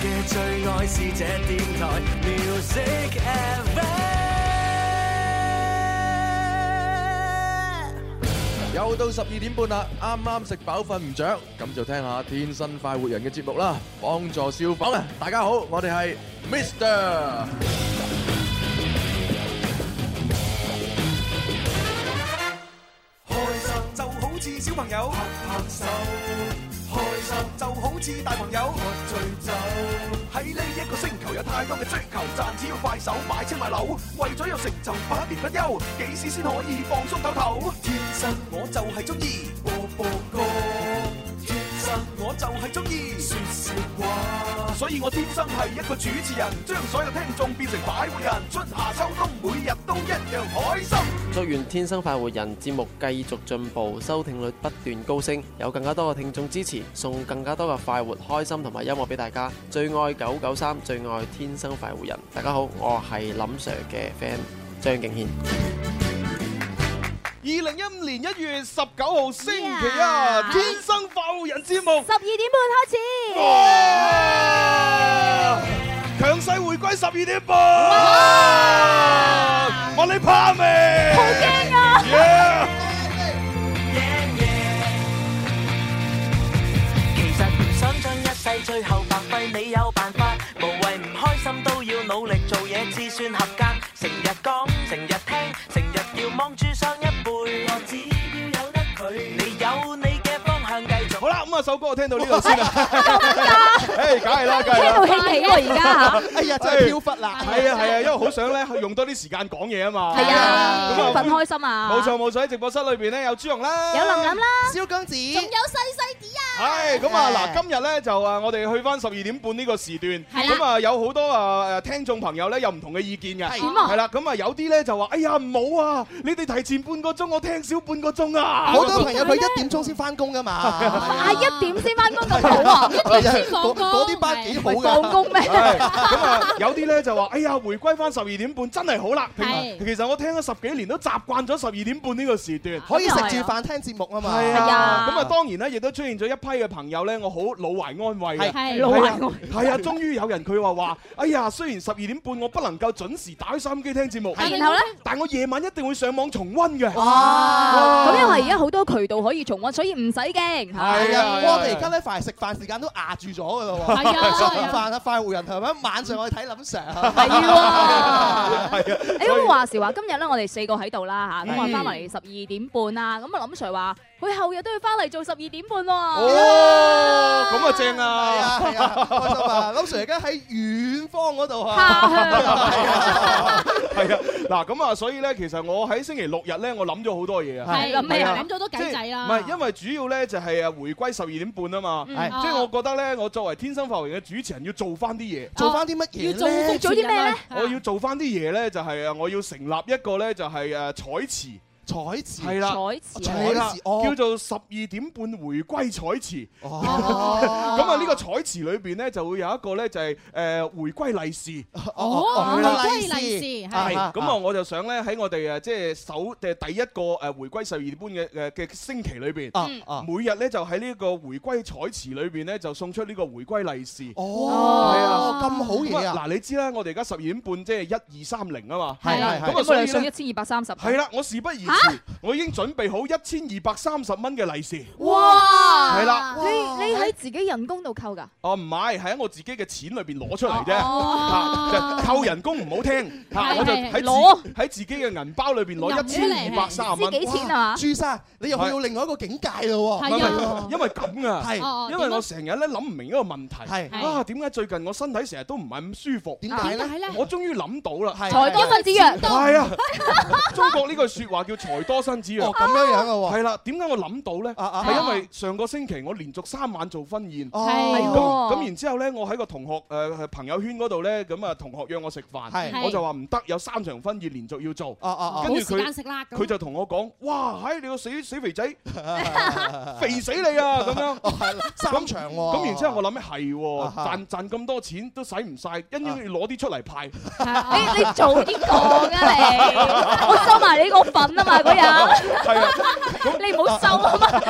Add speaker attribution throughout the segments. Speaker 1: 嘅最愛是這電台 Music FM。
Speaker 2: 又到十二點半啦，啱啱食飽瞓唔着，咁就聽下天生快活人嘅節目啦，幫助消防啊！大家好，我哋係 Mr。
Speaker 3: 开心就好似小朋友拍拍手，开心就好似大朋友喝醉酒。喺呢一個星球有太多嘅追求，賺錢要快手買車買樓，為咗有成就百年不休，幾時先可以放鬆唞唞？天生我就係中意播播歌，天生我就係中意说笑話，所以我天生係一個主持人，將所有聽眾變成擺活人，春夏秋冬每日都一樣開心。
Speaker 4: 祝願《天生快活人》節目繼續進步，收聽率不斷高升，有更加多嘅聽眾支持，送更加多嘅快活、開心同埋音樂俾大家。最愛九九三，最愛天生快活人。大家好，我係林 Sir 嘅 fan 張敬軒。
Speaker 5: 二零一五年一月十九號星期一，天生快活人節目
Speaker 6: 十二點半
Speaker 5: 強勢回歸十二點半。哇！你怕未？好驚啊！Yeah！
Speaker 1: 其實唔想將一切最後白費，你有辦法。無謂唔開心都要努力做嘢，至算合格。成日講，成日聽，成日要望住上一輩。我只要有得佢，你有你嘅方向繼續。
Speaker 5: 好啦，咁啊首歌我聽到呢度先啦。誒，梗係啦，梗係
Speaker 6: 開
Speaker 5: 啦。
Speaker 6: 始，聽到興起喎 而家嚇，
Speaker 7: 哎呀，真係飄忽啦！
Speaker 5: 係啊係啊，因為好想咧用多啲時間講嘢啊嘛。
Speaker 6: 係啊，
Speaker 5: 咁
Speaker 6: 興奮
Speaker 5: 啊，
Speaker 6: 開心啊，
Speaker 5: 冇錯，冇錯，喺直播室裏邊咧有朱容啦，
Speaker 6: 有林林啦，
Speaker 7: 蕭公子，
Speaker 6: 仲有細細啲啊，
Speaker 5: 係咁
Speaker 7: Dạ.
Speaker 5: 啊！嗱，今日咧就啊，我哋去翻十二點半呢個時段，
Speaker 6: 係啦
Speaker 5: 咁啊有好多啊誒聽眾朋友咧有唔同嘅意見嘅，
Speaker 7: 係
Speaker 6: 點啊
Speaker 5: 係啦，咁啊有啲咧就話：哎呀唔好啊！你哋提前半個鐘，我聽少半個鐘啊！
Speaker 7: 好多朋友佢一點鐘先翻工噶嘛，
Speaker 6: 啊一點先翻 工咁好啊，
Speaker 7: 係啊嗰嗰啲班幾好
Speaker 6: 唔係放
Speaker 7: 㗎。
Speaker 6: 工咩？
Speaker 5: 係咁啊，有啲咧就話：哎呀，回歸翻十二點半真係好啦。啊
Speaker 8: 係
Speaker 5: 其實我聽咗十幾年都習慣咗十二點半呢個時段。
Speaker 7: 可以食住飯聽節目啊嘛，
Speaker 5: 係
Speaker 6: 係
Speaker 5: 啊，
Speaker 6: 啊
Speaker 5: 咁啊當然咧，亦都出現咗一批嘅朋友咧，我好老懷安慰嘅。
Speaker 8: 係
Speaker 6: 老懷安
Speaker 5: 係啊，終於有人佢話話，哎呀，雖然十二點半我不能夠準時打開收音機聽節目，
Speaker 6: 然後咧，
Speaker 5: 但我夜晚一定會上網重温嘅。
Speaker 6: 哇，咁因為而家好多渠道可以重温，所以唔使驚嚇。
Speaker 7: 係
Speaker 5: 係啊
Speaker 7: 啊，我哋而家咧凡係食飯時間都壓住咗㗎咯 喎，
Speaker 8: 係啊
Speaker 7: 食完飯啊快活人係咪？晚上我哋睇林 Sir，
Speaker 6: 係 喎。
Speaker 5: 係啊，
Speaker 6: 誒咁話時話，今日咧我哋四個喺度啦嚇，咁我翻嚟十二點半啦，咁啊林 Sir 話佢後日都要翻嚟做十二點半喎。
Speaker 5: 哦，咁啊正
Speaker 7: 係
Speaker 5: 啊！
Speaker 7: 啊係啊，開心啊！林 Sir 而家喺遠方嗰 度啊，
Speaker 6: 下鄉
Speaker 5: 係啊，嗱咁啊，所以咧，其實我喺星期六日咧，我諗咗好多嘢啊。
Speaker 8: 係
Speaker 6: 諗咩啊
Speaker 8: 諗咗好多計仔啦。
Speaker 5: 唔係，因為主要咧就係啊，回歸十二點半啊嘛。
Speaker 6: 嗯
Speaker 5: 即係我覺得咧，我作為天生發圍嘅主持人，要做翻啲嘢。
Speaker 7: 做翻啲乜
Speaker 8: 要
Speaker 7: 嘢
Speaker 8: 做
Speaker 7: 咧？
Speaker 8: 福
Speaker 6: 做啲咩咧
Speaker 5: 我要做翻啲嘢咧，就係啊，我要成立一個咧，就係誒彩池，
Speaker 7: 彩池
Speaker 5: 係啦，
Speaker 6: 彩池啊
Speaker 7: 彩
Speaker 5: 係啦
Speaker 7: 池哦
Speaker 5: 叫做十二點半回歸彩池。
Speaker 7: 哦
Speaker 5: 咁啊，呢個彩池裏邊咧就會有一個咧就係誒回歸利是。
Speaker 8: 哦，
Speaker 7: 哦
Speaker 8: 回歸
Speaker 7: 利是
Speaker 8: 利是
Speaker 7: 啊
Speaker 8: 係
Speaker 5: 係，咁啊，我就想咧喺我哋誒呃即係首嘅第一個誒回歸十二點半嘅誒嘅星期裏邊。
Speaker 7: 啊啊
Speaker 5: 每日咧就喺呢個回歸彩池裏邊咧就送出呢個回歸利是。
Speaker 6: à.
Speaker 7: 哦，咁好
Speaker 5: 咁
Speaker 7: 嘢
Speaker 5: 啊
Speaker 7: 啊！
Speaker 5: 嗱，你知啦，我哋而家十二點半即係一二三零啊嘛。
Speaker 7: 係係係
Speaker 6: 咁
Speaker 5: 咁啊
Speaker 6: 我
Speaker 5: 所以
Speaker 6: 哋
Speaker 5: 呢
Speaker 6: 送一千二百三十。
Speaker 5: 係啦，我事不宜遲，我已經準備好一千二百三十蚊嘅利是。
Speaker 6: 哇！
Speaker 5: 係啦
Speaker 6: 你你喺自己人工度扣㗎？
Speaker 5: 哦，唔係，係喺我自己嘅錢裏邊攞出嚟啫。
Speaker 8: 哦
Speaker 5: 嚇就扣人工唔好聽，嚇
Speaker 8: 係
Speaker 5: 我就
Speaker 8: 係
Speaker 5: 喺
Speaker 6: 攞
Speaker 5: 自喺自己嘅銀包裏邊攞
Speaker 8: 入
Speaker 5: 一
Speaker 8: 出
Speaker 5: 千
Speaker 8: 嚟
Speaker 5: 二百三十
Speaker 6: 知
Speaker 5: 蚊。
Speaker 6: 幾錢啊嘛？
Speaker 7: 朱生，你又去到另外一個境界咯喎，
Speaker 5: 唔係
Speaker 8: 係
Speaker 5: 唔
Speaker 8: 啊，
Speaker 5: 係因為咁啊，
Speaker 7: 係
Speaker 8: 哦
Speaker 5: 因為我成日咧諗唔明一個問題。
Speaker 7: 係
Speaker 8: 係啊
Speaker 5: 啊，點解最近我身體成日都唔係咁舒服？
Speaker 7: 點解
Speaker 8: 點
Speaker 7: 咧？
Speaker 8: 解咧？
Speaker 5: 我終於諗到啦。
Speaker 7: 係
Speaker 6: 財多身子弱。
Speaker 5: 係啊，中國呢句説話叫財多身子
Speaker 7: 哦
Speaker 5: 弱。
Speaker 7: 咁樣樣嘅喎，
Speaker 5: 係啦，點解我諗到呢？
Speaker 7: 啊啊
Speaker 5: 係因為上個星期我連續三晚做婚宴。
Speaker 7: 哦
Speaker 8: 係
Speaker 5: 咁
Speaker 8: 喎
Speaker 5: 咁然之後呢，我喺個同學誒、呃朋友圈嗰度呢，咁啊同學約我食飯，
Speaker 7: 係
Speaker 8: 係
Speaker 5: 我就話唔得，有三場婚宴連續要做，
Speaker 7: 哦哦
Speaker 5: 跟
Speaker 8: 冇
Speaker 5: 住佢
Speaker 8: 時間食啦，咁
Speaker 5: 佢就同我講：哇，唉、你個死 死肥仔，肥死你啊！咁樣。
Speaker 7: 哦，係啦三場喎，
Speaker 5: 咁然之後我諗起係
Speaker 7: 啊
Speaker 5: 喎，
Speaker 7: 哈啊
Speaker 5: 賺賺咁多錢都使唔晒，因要攞啲出嚟派。
Speaker 6: 你你早啲講啊你，我收埋你個份啊嘛嗰日，
Speaker 5: 係啊，
Speaker 6: 你唔好收啊嘛。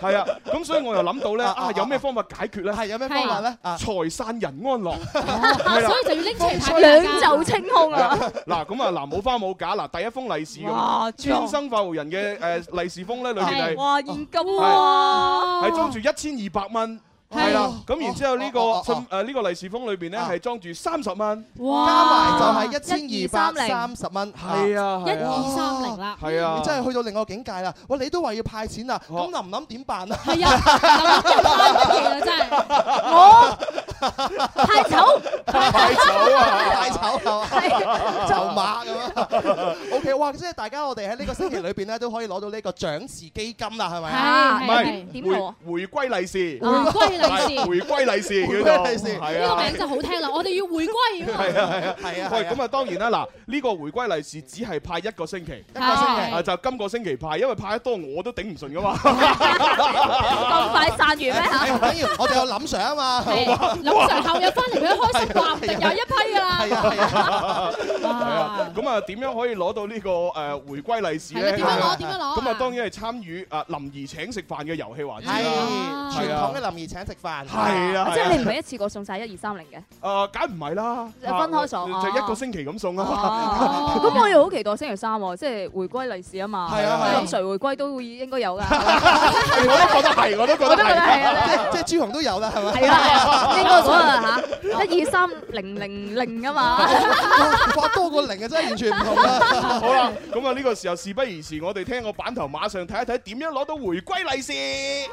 Speaker 5: 係啊，咁所以我又諗到咧，啊有咩方法解決咧？
Speaker 7: 係有咩方法咧？啊，哦
Speaker 5: 財散人 安樂。
Speaker 8: 啊，
Speaker 5: 係啦
Speaker 8: 所以就要拎出嚟睇
Speaker 6: 兩袖清空啊！
Speaker 5: 嗱咁啊，嗱冇花冇假，嗱第一封利是咁，
Speaker 6: 哇，
Speaker 5: 天生快活人嘅誒利是封咧，裏邊係
Speaker 8: 係
Speaker 6: 哇現金
Speaker 5: 係係
Speaker 6: 喎，
Speaker 5: 裝住一千二百蚊。
Speaker 8: 哦係
Speaker 5: 係啦，咁然之後呢
Speaker 7: 哦哦哦
Speaker 5: 個
Speaker 7: 哦
Speaker 5: 信誒呢個利是封裏邊咧
Speaker 7: 啊
Speaker 5: 係裝住三十蚊，
Speaker 7: 加
Speaker 6: 哇
Speaker 7: 埋就係一千二百三十蚊。
Speaker 5: 啊
Speaker 8: 一二三零啦，
Speaker 5: 係啊，
Speaker 7: 你真係去到另外一個境界啦！喂，你都話要派錢啦，咁林林點辦啊？
Speaker 8: 係啊，諗真係。
Speaker 6: 我太 醜，
Speaker 5: 太醜啊！
Speaker 7: 大丑係嘛？
Speaker 6: 係
Speaker 7: 就馬咁啊！OK，哇！即係大家我哋喺呢個星期裏邊咧，都可以攞到呢個獎池基金啦，係咪啊？
Speaker 8: 係
Speaker 5: 唔
Speaker 8: 係
Speaker 5: 係
Speaker 6: 點
Speaker 5: 回
Speaker 6: 好啊
Speaker 5: 回歸利是，
Speaker 8: 啊回歸利
Speaker 5: 係
Speaker 8: 是，
Speaker 5: 回歸利是
Speaker 7: 回歸
Speaker 5: 叫做
Speaker 7: 利是
Speaker 5: 係
Speaker 8: 呢個
Speaker 5: 啊
Speaker 8: 名。真係好聽啦！我哋要回歸咁啊，
Speaker 5: 係啊係啊，
Speaker 7: 係啊，
Speaker 5: 喂，
Speaker 7: 係啊
Speaker 5: 咁啊當然啦，嗱，呢個回歸利是只係派一個星期，
Speaker 7: 一個星期
Speaker 5: 啊就今個星期派，因為派得多我都頂唔順噶嘛。
Speaker 6: 咁快散完咩
Speaker 7: 誒
Speaker 6: 嚇？
Speaker 7: 唔緊要，哎我哋有林 Sir 啊嘛。
Speaker 8: 係林 Sir 後日翻嚟，佢開心話定有一批噶啦。
Speaker 7: 係啊係啊，
Speaker 5: 係啊
Speaker 8: 哇，
Speaker 5: 咁啊點樣可以攞到呢個誒回歸利是
Speaker 8: 係啦，
Speaker 5: 咧？
Speaker 8: 點樣攞？點樣攞啊？
Speaker 5: 咁啊當然係參與啊林兒請食飯嘅遊戲環節啦。
Speaker 6: 啊
Speaker 5: 啊
Speaker 7: 係傳統嘅林兒請食飯。
Speaker 5: 係啦，
Speaker 6: 即係
Speaker 5: 係啊
Speaker 6: 你唔係一次過送晒一二三零嘅，
Speaker 5: 誒，呃梗唔係啦，
Speaker 6: 就分開送
Speaker 5: 啊就一個星期咁送啊。
Speaker 6: 哦 咁我又好期待星期三喎，即係回歸利是啊嘛。
Speaker 7: 係啊係啊
Speaker 6: 咁誰回歸都會應該有㗎，
Speaker 5: 我都覺得係，我都覺
Speaker 6: 我都
Speaker 5: 得
Speaker 6: 覺得
Speaker 5: 係。
Speaker 6: 係啊。
Speaker 7: 即係即係朱紅都有啦，係咪？
Speaker 6: 係啊係啊，應該嗰日嚇一二三零零零啊嘛。
Speaker 7: 哇，多個零嘅真係完全唔同 啦。
Speaker 5: 好啦，咁啊呢個時候事不宜遲，我哋聽個版頭，馬上睇一睇點樣攞到回歸利是。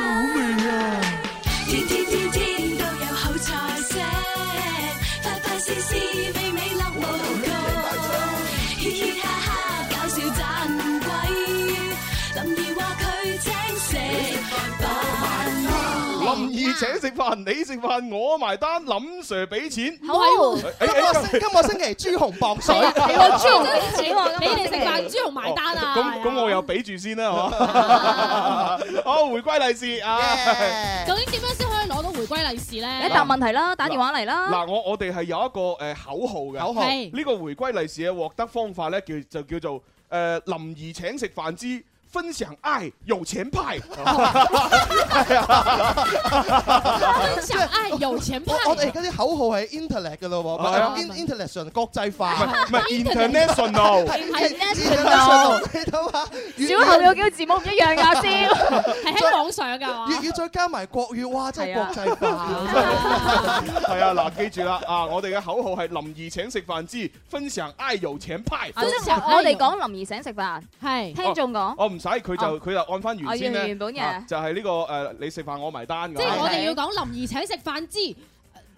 Speaker 9: 啊
Speaker 3: 天天天天都有好彩色，快快事事美美樂無窮，嘻嘻哈哈搞笑盞鬼，林兒話佢請食飯。
Speaker 5: 林
Speaker 7: À.
Speaker 5: 兒請食飯，你食飯我埋單，林 Sir 俾錢。
Speaker 8: 好係喎，
Speaker 5: 誒
Speaker 7: 今
Speaker 5: 誒
Speaker 7: 個星今個星期朱紅磅水
Speaker 8: 係。啊係喎，朱紅
Speaker 6: 真係請我
Speaker 8: 你哋食飯，朱紅埋單啊！
Speaker 5: 哦咁咁我又俾住 先啦，係嘛？好，回歸利是啊！
Speaker 7: Yeah
Speaker 8: 究竟點樣先可以攞到回歸利是
Speaker 6: 你
Speaker 8: 咧？
Speaker 6: 答問題啦，打電話嚟啦。
Speaker 5: 嗱，我我哋係有一個誒口號嘅，
Speaker 7: 口號
Speaker 8: 係
Speaker 5: 呢個回歸利是嘅獲得方法咧，叫就叫做誒林兒請食飯之。分享愛有 錢派，
Speaker 8: 想愛
Speaker 5: 哎
Speaker 8: 有錢派
Speaker 7: 我。我哋而家啲口號係 internet 嘅咯
Speaker 5: 啊係啊
Speaker 7: 喎，in international 國際
Speaker 5: 唔係
Speaker 7: 化。
Speaker 5: 唔係 international，
Speaker 7: international 你睇下，
Speaker 6: 小後
Speaker 7: 粵
Speaker 6: 有幾個字母唔一樣 㗎，先。
Speaker 8: 係喺網上㗎嘛
Speaker 7: 粵？語再加埋國語，哇！真係
Speaker 6: 係啊
Speaker 7: 國際 化。
Speaker 5: 係啊嗱，記住啦啊！我哋嘅口號係林兒請食飯之分享愛有錢派。
Speaker 6: 啊即係啊我我哋講林怡醒食飯，
Speaker 8: 係
Speaker 6: 聽眾講，
Speaker 5: 我唔使，佢就
Speaker 6: 哦
Speaker 5: 佢就按翻原先
Speaker 6: 哦
Speaker 5: 咧，
Speaker 6: 原原本嘅
Speaker 5: 啊就係呢個誒，你食飯我埋單咁。
Speaker 8: 即係我哋
Speaker 6: 係
Speaker 8: 要講林怡請食飯之呃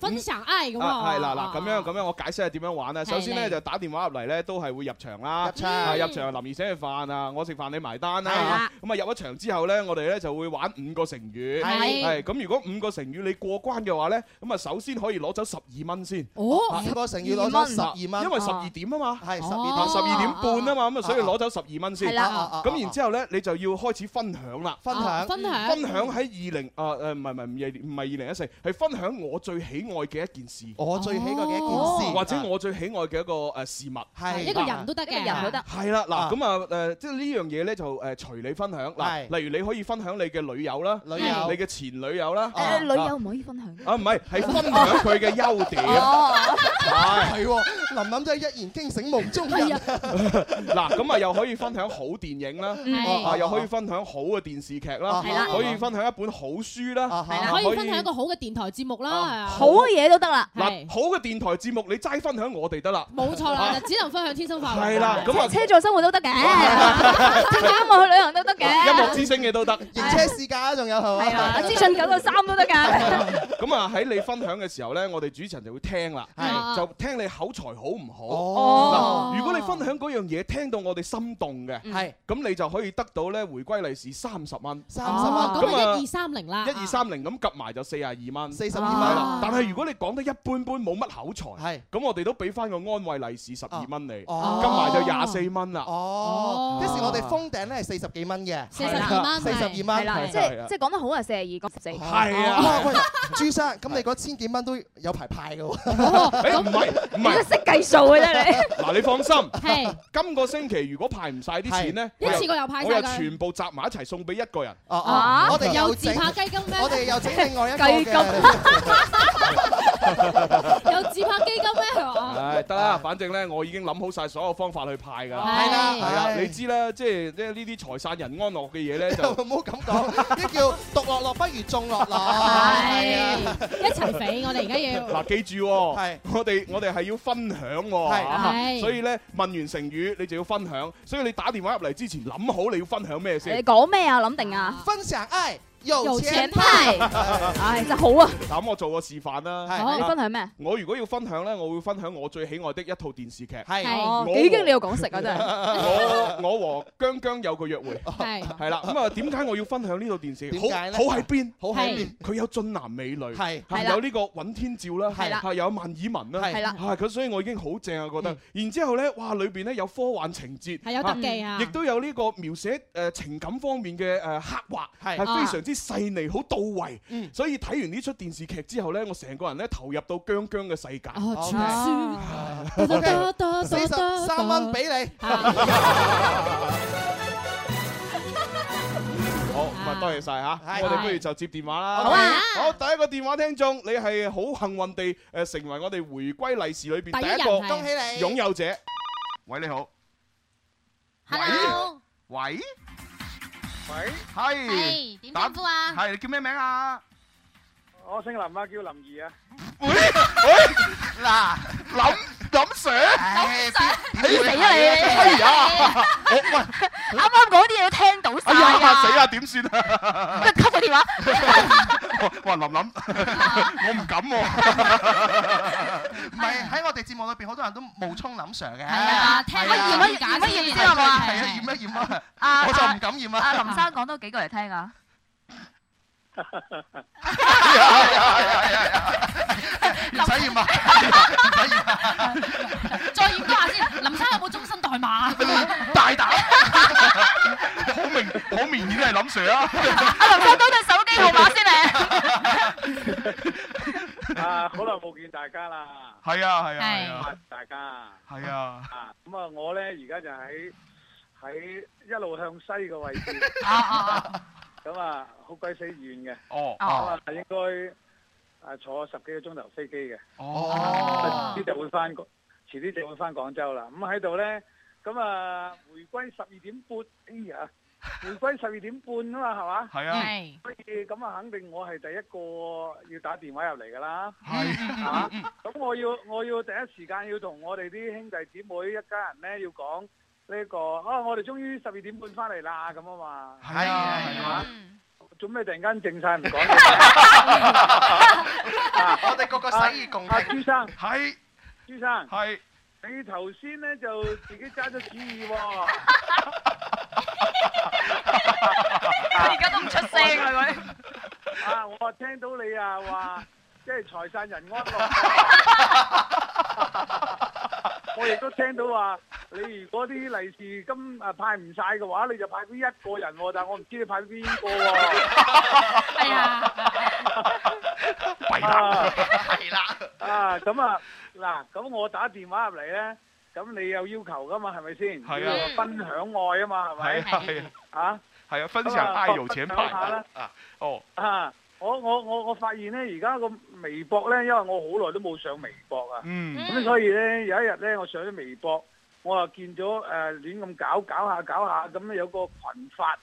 Speaker 8: 分享愛咁
Speaker 5: 啊
Speaker 8: 啊！
Speaker 5: 係啦嗱，咁樣咁樣，我解釋下點樣玩啦。
Speaker 8: 係
Speaker 5: 首先咧
Speaker 8: 嚟
Speaker 5: 就打電話入嚟咧，都係會入場啦
Speaker 7: 入。場
Speaker 5: 啊
Speaker 8: 嗯
Speaker 5: 入場林怡請食飯啊，我食飯你埋單
Speaker 6: 係
Speaker 5: 啦
Speaker 6: 啦。
Speaker 5: 咁啊入咗場之後咧，我哋咧就會玩五個成語。
Speaker 8: 係
Speaker 5: 係咁，如果五個成語你過關嘅話咧，咁啊首先可以攞走十二蚊先，
Speaker 8: 哦，
Speaker 7: 五個成語攞咗十
Speaker 5: 啊
Speaker 7: 二
Speaker 5: 因
Speaker 7: 蚊，
Speaker 5: 為十二點啊嘛，
Speaker 7: 係十
Speaker 8: 哦
Speaker 7: 二
Speaker 5: 啊
Speaker 7: 蚊
Speaker 5: 十二點半啊嘛，咁啊所以
Speaker 7: 啊
Speaker 5: 攞走十二蚊
Speaker 6: 係
Speaker 5: 先。啊
Speaker 6: 啦。
Speaker 7: 哦
Speaker 5: 咁然之後咧，你就要開始分享啦。
Speaker 7: 分享
Speaker 8: 啊分享
Speaker 5: 分享喺二零啊誒唔係唔係唔係唔係二零一四，係分享我最喜愛嘅一件事，
Speaker 7: 我最喜愛嘅一件
Speaker 8: 哦
Speaker 7: 事，啊
Speaker 5: 或者我最喜愛嘅一個誒事物。啊
Speaker 7: 係
Speaker 8: 一個人都得
Speaker 6: 一個
Speaker 8: 嘅，
Speaker 6: 人都得。
Speaker 5: 係啦，
Speaker 7: 啊
Speaker 5: 嗱咁啊誒，即係呢樣嘢咧就誒隨你分享嗱，
Speaker 7: 係
Speaker 5: 例如你可以分享你嘅女友啦，
Speaker 7: 旅
Speaker 8: 係
Speaker 7: 遊
Speaker 5: 你嘅前女友啦，
Speaker 7: 啊
Speaker 6: 誒，女友唔可以分享。
Speaker 5: 啊唔係係分享佢嘅優點，
Speaker 6: 哦，
Speaker 5: 係
Speaker 7: 係喎，琳琳真係一言驚醒夢中人
Speaker 8: 係。啊，
Speaker 5: 嗱咁啊又可以分享好電影啦，
Speaker 8: 係
Speaker 5: 啊又可以分享好嘅電視劇啦
Speaker 7: 啊，
Speaker 6: 係啦
Speaker 5: 可以分享一本好書啦，
Speaker 7: 啊
Speaker 6: 係啦
Speaker 8: 可以分享一個好嘅電台節目啦，啊
Speaker 6: 好嘅嘢都得啦。
Speaker 5: 啊嗱
Speaker 8: 係
Speaker 5: 好嘅電台節目你齋分享我哋得啦，
Speaker 8: 冇錯啦，就只能分享天生快活。
Speaker 5: 啊係啦，咁啊
Speaker 6: 車做生活都得嘅，聽音樂去旅行都得嘅，
Speaker 5: 音樂之星嘅都得。
Speaker 7: 型車試駕仲有係
Speaker 6: 係
Speaker 7: 嘛？
Speaker 6: 啊，資訊九九三都得㗎。
Speaker 5: 咁啊喺你分享嘅時候呢，我哋主持人就會聽啦，啊
Speaker 8: 係
Speaker 5: 就聽你口才好唔好。
Speaker 6: 哦
Speaker 5: 嗱，如果你分享嗰樣嘢聽到我哋心動嘅，
Speaker 7: 係
Speaker 5: 咁你就可以得到呢回歸利是三十蚊，
Speaker 7: 三十
Speaker 8: 哦
Speaker 7: 蚊，
Speaker 8: 咁啊
Speaker 5: 咁啊
Speaker 8: 一二三零啦，啊
Speaker 5: 一二三零咁夾埋就四廿二蚊。
Speaker 7: 四十
Speaker 5: 係
Speaker 7: 二
Speaker 5: 啦但係如果你講得一般般，冇乜口
Speaker 7: 蚊，
Speaker 5: 才，
Speaker 7: 係
Speaker 5: 咁我哋都俾翻個安慰利是十二蚊你，
Speaker 7: 哦，
Speaker 5: 夾埋就廿四蚊啦。
Speaker 7: 哦，即是我哋封頂咧係四十幾蚊嘅，
Speaker 8: 四十二蚊，
Speaker 7: 四十二
Speaker 8: 係
Speaker 7: 蚊，
Speaker 6: 係啦，即
Speaker 5: 係啊
Speaker 6: 係即係講得好啊，四廿二，講十四。
Speaker 5: 係啊
Speaker 7: 哇喂，朱生，咁你嗰千幾蚊都有排派嘅喎。
Speaker 8: 哦
Speaker 5: 誒唔係唔係，
Speaker 6: 你都識計數嘅啫，你。
Speaker 5: 嗱你放心，
Speaker 8: 係
Speaker 5: 今個星期如果派唔晒啲錢咧，
Speaker 8: 一
Speaker 5: 我又
Speaker 8: 次過又派
Speaker 5: 我
Speaker 8: 晒
Speaker 5: 又
Speaker 8: 㗎，
Speaker 5: 全部集埋一齊送俾一個人。
Speaker 7: 哦
Speaker 6: 啊
Speaker 7: 哦，我哋又
Speaker 8: 又自
Speaker 7: 整，
Speaker 8: 拍雞金
Speaker 7: 我
Speaker 8: 咩？
Speaker 7: 哋又整另外一個
Speaker 6: 計
Speaker 7: 嘅。
Speaker 8: 又自拍基金 咩？佢話
Speaker 5: 唉，得啦，反正咧我已經諗好晒所有方法去派㗎啦。
Speaker 7: 啊係啦，
Speaker 8: 係
Speaker 5: 係啊，
Speaker 7: 係
Speaker 5: 你知啦，即係即係呢啲財散人安樂嘅嘢咧，
Speaker 7: 又
Speaker 5: 就
Speaker 7: 唔好咁講，呢叫獨樂樂不如眾樂樂。係啊
Speaker 8: 係一齊肥，我哋而家要
Speaker 5: 嗱記住喎，
Speaker 7: 係
Speaker 5: 我哋我哋係要分享
Speaker 7: 係
Speaker 5: 喎啊，
Speaker 8: 係
Speaker 5: 所以咧問完成語你就要分享，所以你打電話入嚟之前諗好你要分享咩先。
Speaker 6: 你講咩啊？諗定啊？
Speaker 7: 分享愛，有
Speaker 8: 有
Speaker 7: 錢
Speaker 8: 錢
Speaker 7: 派。
Speaker 8: 派，
Speaker 6: 唉，真係好啊。你
Speaker 5: 嗱咁我做個示範啦。啊
Speaker 7: 係
Speaker 8: 好
Speaker 6: 分享咩？
Speaker 5: 我如果要分享咧，我會分享我最喜愛的一套電視劇。
Speaker 7: 係
Speaker 8: 係
Speaker 6: 哦，
Speaker 5: 我
Speaker 6: 幾經你又講食啊，真係。
Speaker 5: 我我和姜姜有個約 會，
Speaker 8: 係
Speaker 5: 係啦。咁啊，點解我要分享呢套電視劇？
Speaker 7: 點
Speaker 5: 好
Speaker 7: 解呢
Speaker 5: 好喺邊？
Speaker 7: 好喺面，
Speaker 5: 佢有俊男美女，
Speaker 7: 係
Speaker 5: 嚇
Speaker 6: 係啦
Speaker 5: 有呢個尹天照啦，
Speaker 6: 係啦
Speaker 5: 嚇有萬綺雯啦，
Speaker 7: 係
Speaker 6: 係啦
Speaker 5: 嚇咁所以我已經好正啊，覺得。然之後咧，哇，裏邊咧有科幻情節，
Speaker 8: 嗯
Speaker 5: 嗯
Speaker 8: 係有特技啊
Speaker 5: 亦！都有呢個描寫誒情感方面嘅誒刻畫，
Speaker 7: 係
Speaker 5: 係
Speaker 8: 啊
Speaker 5: 非常之細膩，好到位
Speaker 7: 嗯。
Speaker 5: 所以睇完呢出電視劇之後咧，我成個人咧投入到姜姜嘅世界。啊
Speaker 8: 哦，傳
Speaker 7: OK
Speaker 8: 書
Speaker 7: 四十三蚊俾你。
Speaker 5: 好，咁啊多謝晒嚇，
Speaker 7: 係
Speaker 5: 我哋不如就接電話啦。
Speaker 7: 好
Speaker 8: 啊
Speaker 5: 好，第一個電話聽眾，你係好幸運地誒成為我哋回歸利是裏邊
Speaker 8: 第一
Speaker 5: 第一
Speaker 8: 人
Speaker 5: 個
Speaker 8: 係
Speaker 7: 恭喜你！
Speaker 5: 擁有者。喂，你好。
Speaker 8: Hello，
Speaker 5: 喂，喂，係，
Speaker 8: 係點
Speaker 5: 稱
Speaker 8: 呼啊？
Speaker 5: 係，你叫咩名啊？
Speaker 10: 我姓林啊，叫林怡啊。
Speaker 5: 喂，喂，嗱，林林 Sir，哎 呀，我喂，哎呀， 死啦，點算 啊？ 哇，林 林，我唔敢喎。
Speaker 7: 唔係喺我哋節目裏邊，好多人都冒充林 Sir 嘅。係
Speaker 8: 啊聽
Speaker 7: 係啊
Speaker 8: 乜驗一驗乜驗先好
Speaker 6: à?
Speaker 8: 嘛
Speaker 7: 係啊，驗一驗啊！
Speaker 11: 啊
Speaker 7: 我就唔敢驗啊！係啊係啊係啊係啊唔使驗啊！唔使驗啊！
Speaker 8: 再驗多下先，林生有冇終身代碼？
Speaker 5: 大膽，好明好明顯係林 Sir 啊！
Speaker 10: 啊，好耐冇見大家啦，
Speaker 5: 係啊係啊係
Speaker 10: 啊
Speaker 5: 啊
Speaker 10: 大家
Speaker 5: 係啊！
Speaker 10: 啊，咁啊，我咧而家就喺喺一路向西嘅位置，咁啊，好鬼死遠嘅，
Speaker 5: 哦
Speaker 10: 咁啊，應該啊坐十幾個鐘頭飛機嘅，
Speaker 5: 哦
Speaker 10: 遲啲就會翻，遲啲就會翻廣州啦。咁喺度咧，咁啊，回歸十二點半，哎呀，回歸十二點半啊嘛，係嘛？
Speaker 5: 係啊
Speaker 10: 所以咁啊，肯定我係第一個要打電話入嚟㗎啦。
Speaker 5: 係
Speaker 10: 啊！咁我要我要第一時間要同我哋啲兄弟姊妹一家人咧要講呢、個啊！我哋終於十二點半翻嚟啦咁啊嘛，
Speaker 5: 係啊係啊！
Speaker 10: 做咩突然間靜晒唔講嘢？
Speaker 7: 我哋個個洗耳恭
Speaker 10: 阿
Speaker 7: 聽。
Speaker 10: 朱生，
Speaker 5: 係
Speaker 10: 朱生，
Speaker 5: 係
Speaker 10: 你頭先咧就自己揸咗主意喎、啊！我聽到你啊話，即係財散人安樂。我亦都聽到話，你如果啲利是金啊派唔晒嘅話，你就派俾一個人喎、但係我唔知你派俾邊個喎。
Speaker 8: 係啊，
Speaker 5: 弊
Speaker 10: 啊
Speaker 5: 啦係啦！
Speaker 10: 啊，咁啊，嗱，咁我打電話入嚟咧，咁你有要求噶嘛，係咪先？
Speaker 5: 係
Speaker 10: 要
Speaker 5: 啊
Speaker 10: 分享愛啊嘛，係
Speaker 5: 係
Speaker 10: 咪？
Speaker 5: 啊係啊
Speaker 10: 啊
Speaker 5: 係啊！分享愛有錢派啊！哦
Speaker 10: 啊！我我我我發現咧，而家個微博咧，因為我好耐都冇上微博啊。
Speaker 5: 嗯
Speaker 10: 咁所以咧，有一日咧，我上咗微博，我啊見咗誒、呃、亂咁搞搞下搞下，咁咧有個群發，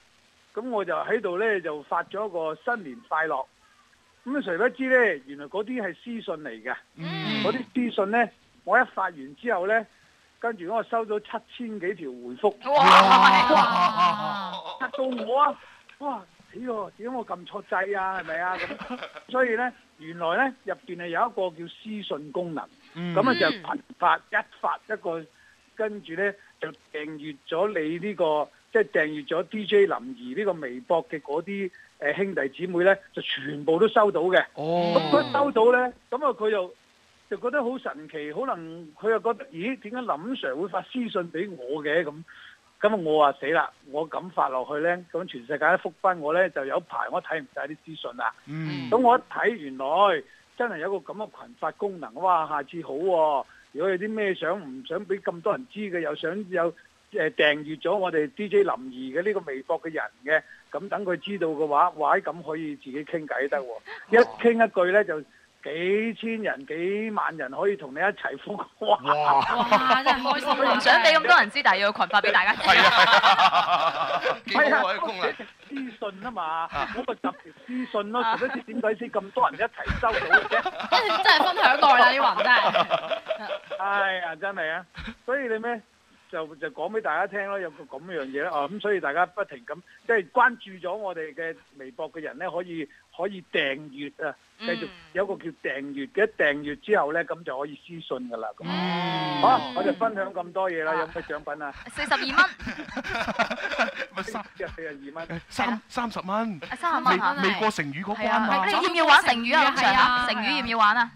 Speaker 10: 咁我就喺度咧就發咗個新年快樂。咁啊誰不知咧，原來嗰啲係私信嚟嘅，嗰啲私信咧，我一發完之後咧，跟住我收到七千幾條回覆，
Speaker 8: 哇！
Speaker 10: 嚇到我啊！哇！屌，點解我撳錯掣啊？係咪啊？咁所以咧，原來咧入邊係有一個叫私信功能。
Speaker 5: 嗯
Speaker 10: 咁啊就頻發一發一個，跟住咧就訂閱咗你呢、個，即係訂閱咗 DJ 林怡呢個微博嘅嗰啲誒兄弟姊妹咧，就全部都收到嘅。咁佢、
Speaker 5: 哦
Speaker 10: 收到咧，咁啊佢又就覺得好神奇，可能佢又覺得，咦點解林 Sir 會發私信俾我嘅咁？咁我話死啦，我咁發落去呢，咁全世界都覆翻我呢，就有排我睇唔晒啲資訊啦。
Speaker 9: 嗯
Speaker 10: 咁我一睇原來真係有個咁嘅群發功能，哇！下次好喎、如果有啲咩想唔想俾咁多人知嘅，又想有誒、呃、訂閱咗我哋 DJ 林怡嘅呢個微博嘅人嘅，咁等佢知道嘅話，哇！咁可以自己傾偈得喎，一傾一句呢，就幾千人、幾萬人可以同你一齊覆，哇！
Speaker 12: 哇！真係開心啊，唔想俾咁多人知，但係要群發俾大家聽。
Speaker 10: 系啊，私信啊嘛，嗰個特別私信咯，做一次點解先咁多人一齊收到嘅啫？
Speaker 12: 真係分享過啦呢雲真
Speaker 10: 係。哎呀，真係啊！所以你咩就就講俾大家聽咯，有個咁樣嘢啦。哦，咁所以大家不停咁即係關注咗我哋嘅微博嘅人咧，可以可以訂閱啊，繼續有個叫訂閱嘅，訂閱之後咧，咁就可以私信噶啦。咁好，我就分享咁多嘢啦，有咩獎品啊？
Speaker 12: 四十二蚊，
Speaker 10: 咪三日四廿二蚊。
Speaker 9: 三三十蚊，
Speaker 12: 三十蚊啊
Speaker 9: 未未過成語嗰關
Speaker 12: 啊
Speaker 9: 啊！
Speaker 12: 你要唔要玩成語啊？咁上下成語要唔要玩啊？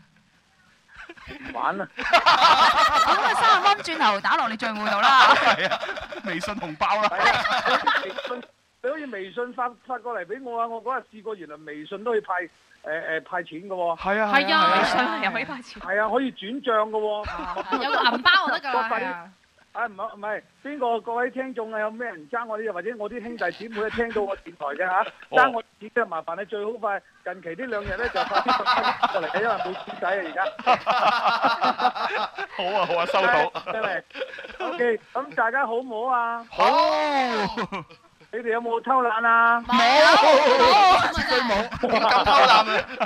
Speaker 10: 玩啦！
Speaker 12: 咁佢三十蚊轉頭打落你聚會度啦。
Speaker 9: 係啊，微信紅包啦，
Speaker 10: 啊微信， 你好似微信發發過嚟俾我啊！我嗰日試過，原來微信都可以派誒誒派錢嘅喎。
Speaker 9: 係啊
Speaker 12: 係啊微信係又可以派錢。
Speaker 10: 係啊，可以轉帳嘅
Speaker 9: 啊
Speaker 10: 喎。
Speaker 8: 有個銀包就得㗎啦
Speaker 10: 我發啲
Speaker 8: 係啊
Speaker 10: 啊唔係唔係，邊個各位聽眾啊？有咩人爭我啲嘢，或者我啲兄弟姊妹咧聽到我電台嘅嚇，
Speaker 9: 哦
Speaker 10: 爭我錢嘅麻煩你最好快近期呢兩日咧就發啲信息過嚟，因為冇錢使啊而家。
Speaker 9: 好啊好啊，收到。
Speaker 10: 真係 OK，咁大家好唔好啊？
Speaker 9: 好。
Speaker 10: 你哋有冇偷懶啊？
Speaker 9: 冇冇
Speaker 10: 絕對冇，
Speaker 9: 唔敢偷懶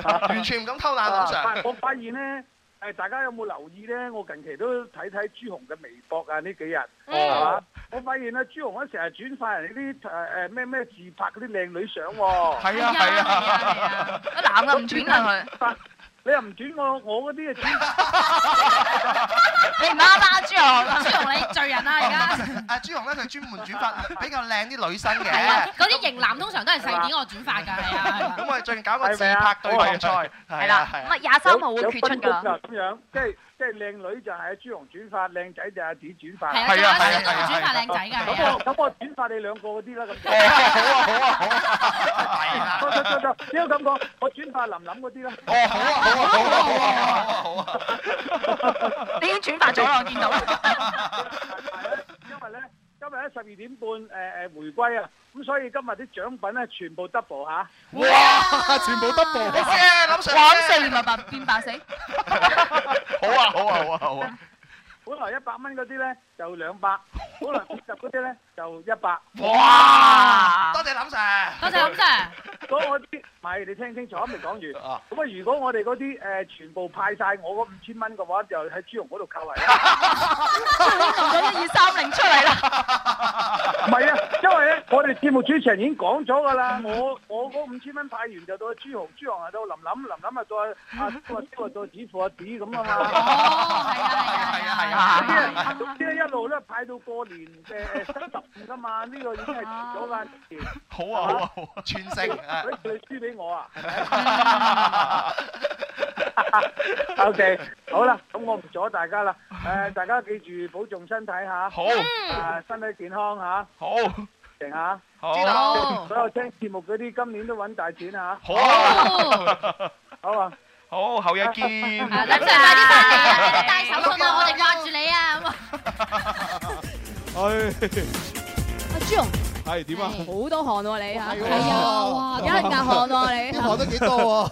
Speaker 9: 啊完全唔敢偷懶啊林 Sir
Speaker 10: 我發現咧，誒大家有冇留意咧？我近期都睇睇朱紅嘅微博啊，呢幾日
Speaker 9: 嗯
Speaker 10: 係嘛？我發現咧，朱紅咧成日轉發人哋啲誒誒咩咩自拍嗰啲靚女相喎。
Speaker 9: 係啊係
Speaker 10: 啊，
Speaker 12: 男嘅唔轉啊
Speaker 10: 佢。你又唔轉我，我嗰啲啊轉。
Speaker 12: 你唔啱啦，朱紅。
Speaker 8: 朱紅你罪人
Speaker 7: Ờ,
Speaker 8: 啦而家。
Speaker 7: à,
Speaker 9: 阿朱紅咧，佢專門轉發比較靚啲女生
Speaker 8: 係啊
Speaker 9: 嘅。，
Speaker 8: 嗰啲型男通常都係細啲我轉發㗎，係啊。
Speaker 9: 咁我哋最近搞個自拍對抗賽，係啊係啊。
Speaker 10: dạ 有有分工㗎咁樣，即係即係靚女就係阿朱紅轉發，靚仔就係阿 D 轉發。
Speaker 9: 係啊係啊係啊係啊轉發靚仔㗎係
Speaker 10: 咁
Speaker 9: 啊
Speaker 10: 我咁我轉發你兩個嗰啲啦，咁。
Speaker 9: 好啊好啊
Speaker 10: 好啊！得得得得，應該咁講，我轉發林林嗰啲啦。
Speaker 9: 哦，好啊好啊好啊好啊好啊好啊！
Speaker 12: 你已經轉發咗啦，我見到。
Speaker 10: 因為咧，今日咧十二點半誒誒回歸啊，咁所以今日啲獎品咧全部 double 嚇。
Speaker 9: 哇！全部 double
Speaker 12: 玩四原來白變白死。
Speaker 9: 好啊好啊好啊好啊！
Speaker 10: 本來一百蚊嗰啲咧就兩百，本來五十嗰啲咧就一百。
Speaker 9: 哇！多謝林 Sir，
Speaker 8: 多謝林 Sir。
Speaker 10: 咁我啲唔係你聽清楚未講完。咁啊，如果我哋嗰啲誒全部派晒我嗰五千蚊嘅話，就喺朱紅嗰度扣嚟啦。
Speaker 12: 咁一二三零出嚟啦。
Speaker 10: 唔係啊，因為咧，我哋節目主持人已經講咗㗎 啦。我我嗰五千蚊派完就到朱紅，朱紅啊到林林，林林啊到 阿阿蕭啊蕭啊到子父阿子咁啊嘛。哦，係啊，係啊，係啊，總之咧一路咧派到過年誒誒十五㗎嘛，呢個已經係遲咗啦。
Speaker 9: 好啊好啊好啊！全
Speaker 10: 你你輸俾我 啊？OK，好啦，咁我唔阻大家啦。誒，大家記住保重身體嚇。
Speaker 9: 好
Speaker 10: 誒，身體健康嚇。
Speaker 9: 好。
Speaker 10: 成嚇。
Speaker 9: 好知道
Speaker 10: 所有聽節目嗰啲，今年都揾大錢嚇。
Speaker 9: 好啊
Speaker 10: 好啊！
Speaker 9: 好，後日見。
Speaker 8: 啊林 Sir 快啲翻嚟啊！你戴手信啊，我哋掛住你啊咁啊！
Speaker 6: 阿朱紅
Speaker 5: 係點啊？
Speaker 6: 好多汗喎你嚇，
Speaker 5: 係啊 哇
Speaker 6: 有人壓汗喎你，
Speaker 5: 汗都 幾多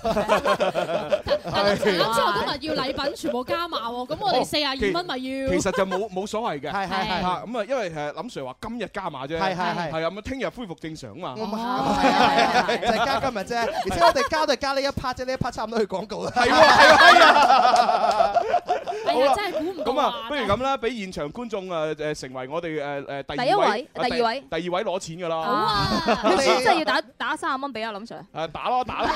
Speaker 8: 但係啱先我今日要禮品全部加碼喎，咁我哋四廿二蚊咪要。
Speaker 5: 其實就冇冇所謂嘅，係
Speaker 8: 係係
Speaker 5: 咁啊，因為誒林 Sir 話今日加碼啫，
Speaker 7: 係係係
Speaker 5: 係啊，咁啊聽日恢復正常嘛。
Speaker 7: 就係加今日啫，而且我哋加都係加呢一 part 啫，呢一 part 差唔多去廣告啦。
Speaker 5: 係喎係 喎係
Speaker 8: 哎呀，真係估唔到
Speaker 5: 咁啊，
Speaker 8: 啊！
Speaker 5: 不如咁啦，俾現場觀眾誒誒成為我哋誒誒
Speaker 6: 第一位
Speaker 5: 啊
Speaker 6: 第二位
Speaker 5: 第二位攞錢㗎啦。
Speaker 6: 好 啊佢真係要打打三十蚊俾阿林 Sir，
Speaker 5: 誒打咯打咯，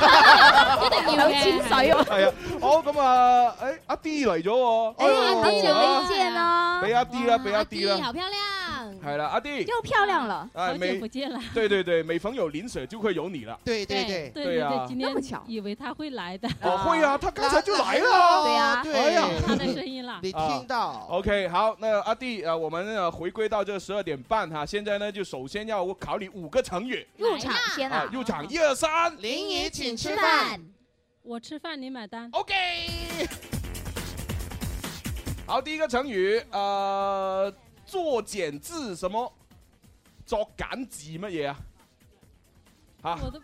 Speaker 6: 一定要有錢使啊喎。
Speaker 5: 係啊，好咁啊，誒阿 D 嚟咗喎，
Speaker 6: 哎呀，好
Speaker 5: 哎呦
Speaker 6: 久未見啦！
Speaker 8: 啊
Speaker 5: 俾阿 D 啦，俾阿 D 啦，
Speaker 8: 好漂亮！
Speaker 6: 亮，
Speaker 5: 系啦，阿 D
Speaker 6: 又漂亮了，
Speaker 5: 哎美
Speaker 6: 啊
Speaker 5: 对对对，每逢有邻舍就会有你啊了。
Speaker 7: 对
Speaker 8: 对
Speaker 5: 对呀
Speaker 8: 对，今。天以为他会来的。
Speaker 5: 哦会啊他刚才就来了
Speaker 8: 啊
Speaker 5: 对呀哎呀
Speaker 8: 他的声音啦。
Speaker 5: 到、OK，好，那阿弟呃，我们呃回归到这十二点半哈，现在呢就首先要考你五个成语。
Speaker 6: 入场先
Speaker 5: 啊，入场一二三，
Speaker 8: 林怡请吃饭，我吃饭你买单。
Speaker 5: OK。好，第一个成语，呃，作茧自什么？作茧自乜嘢啊？吓、
Speaker 8: 我都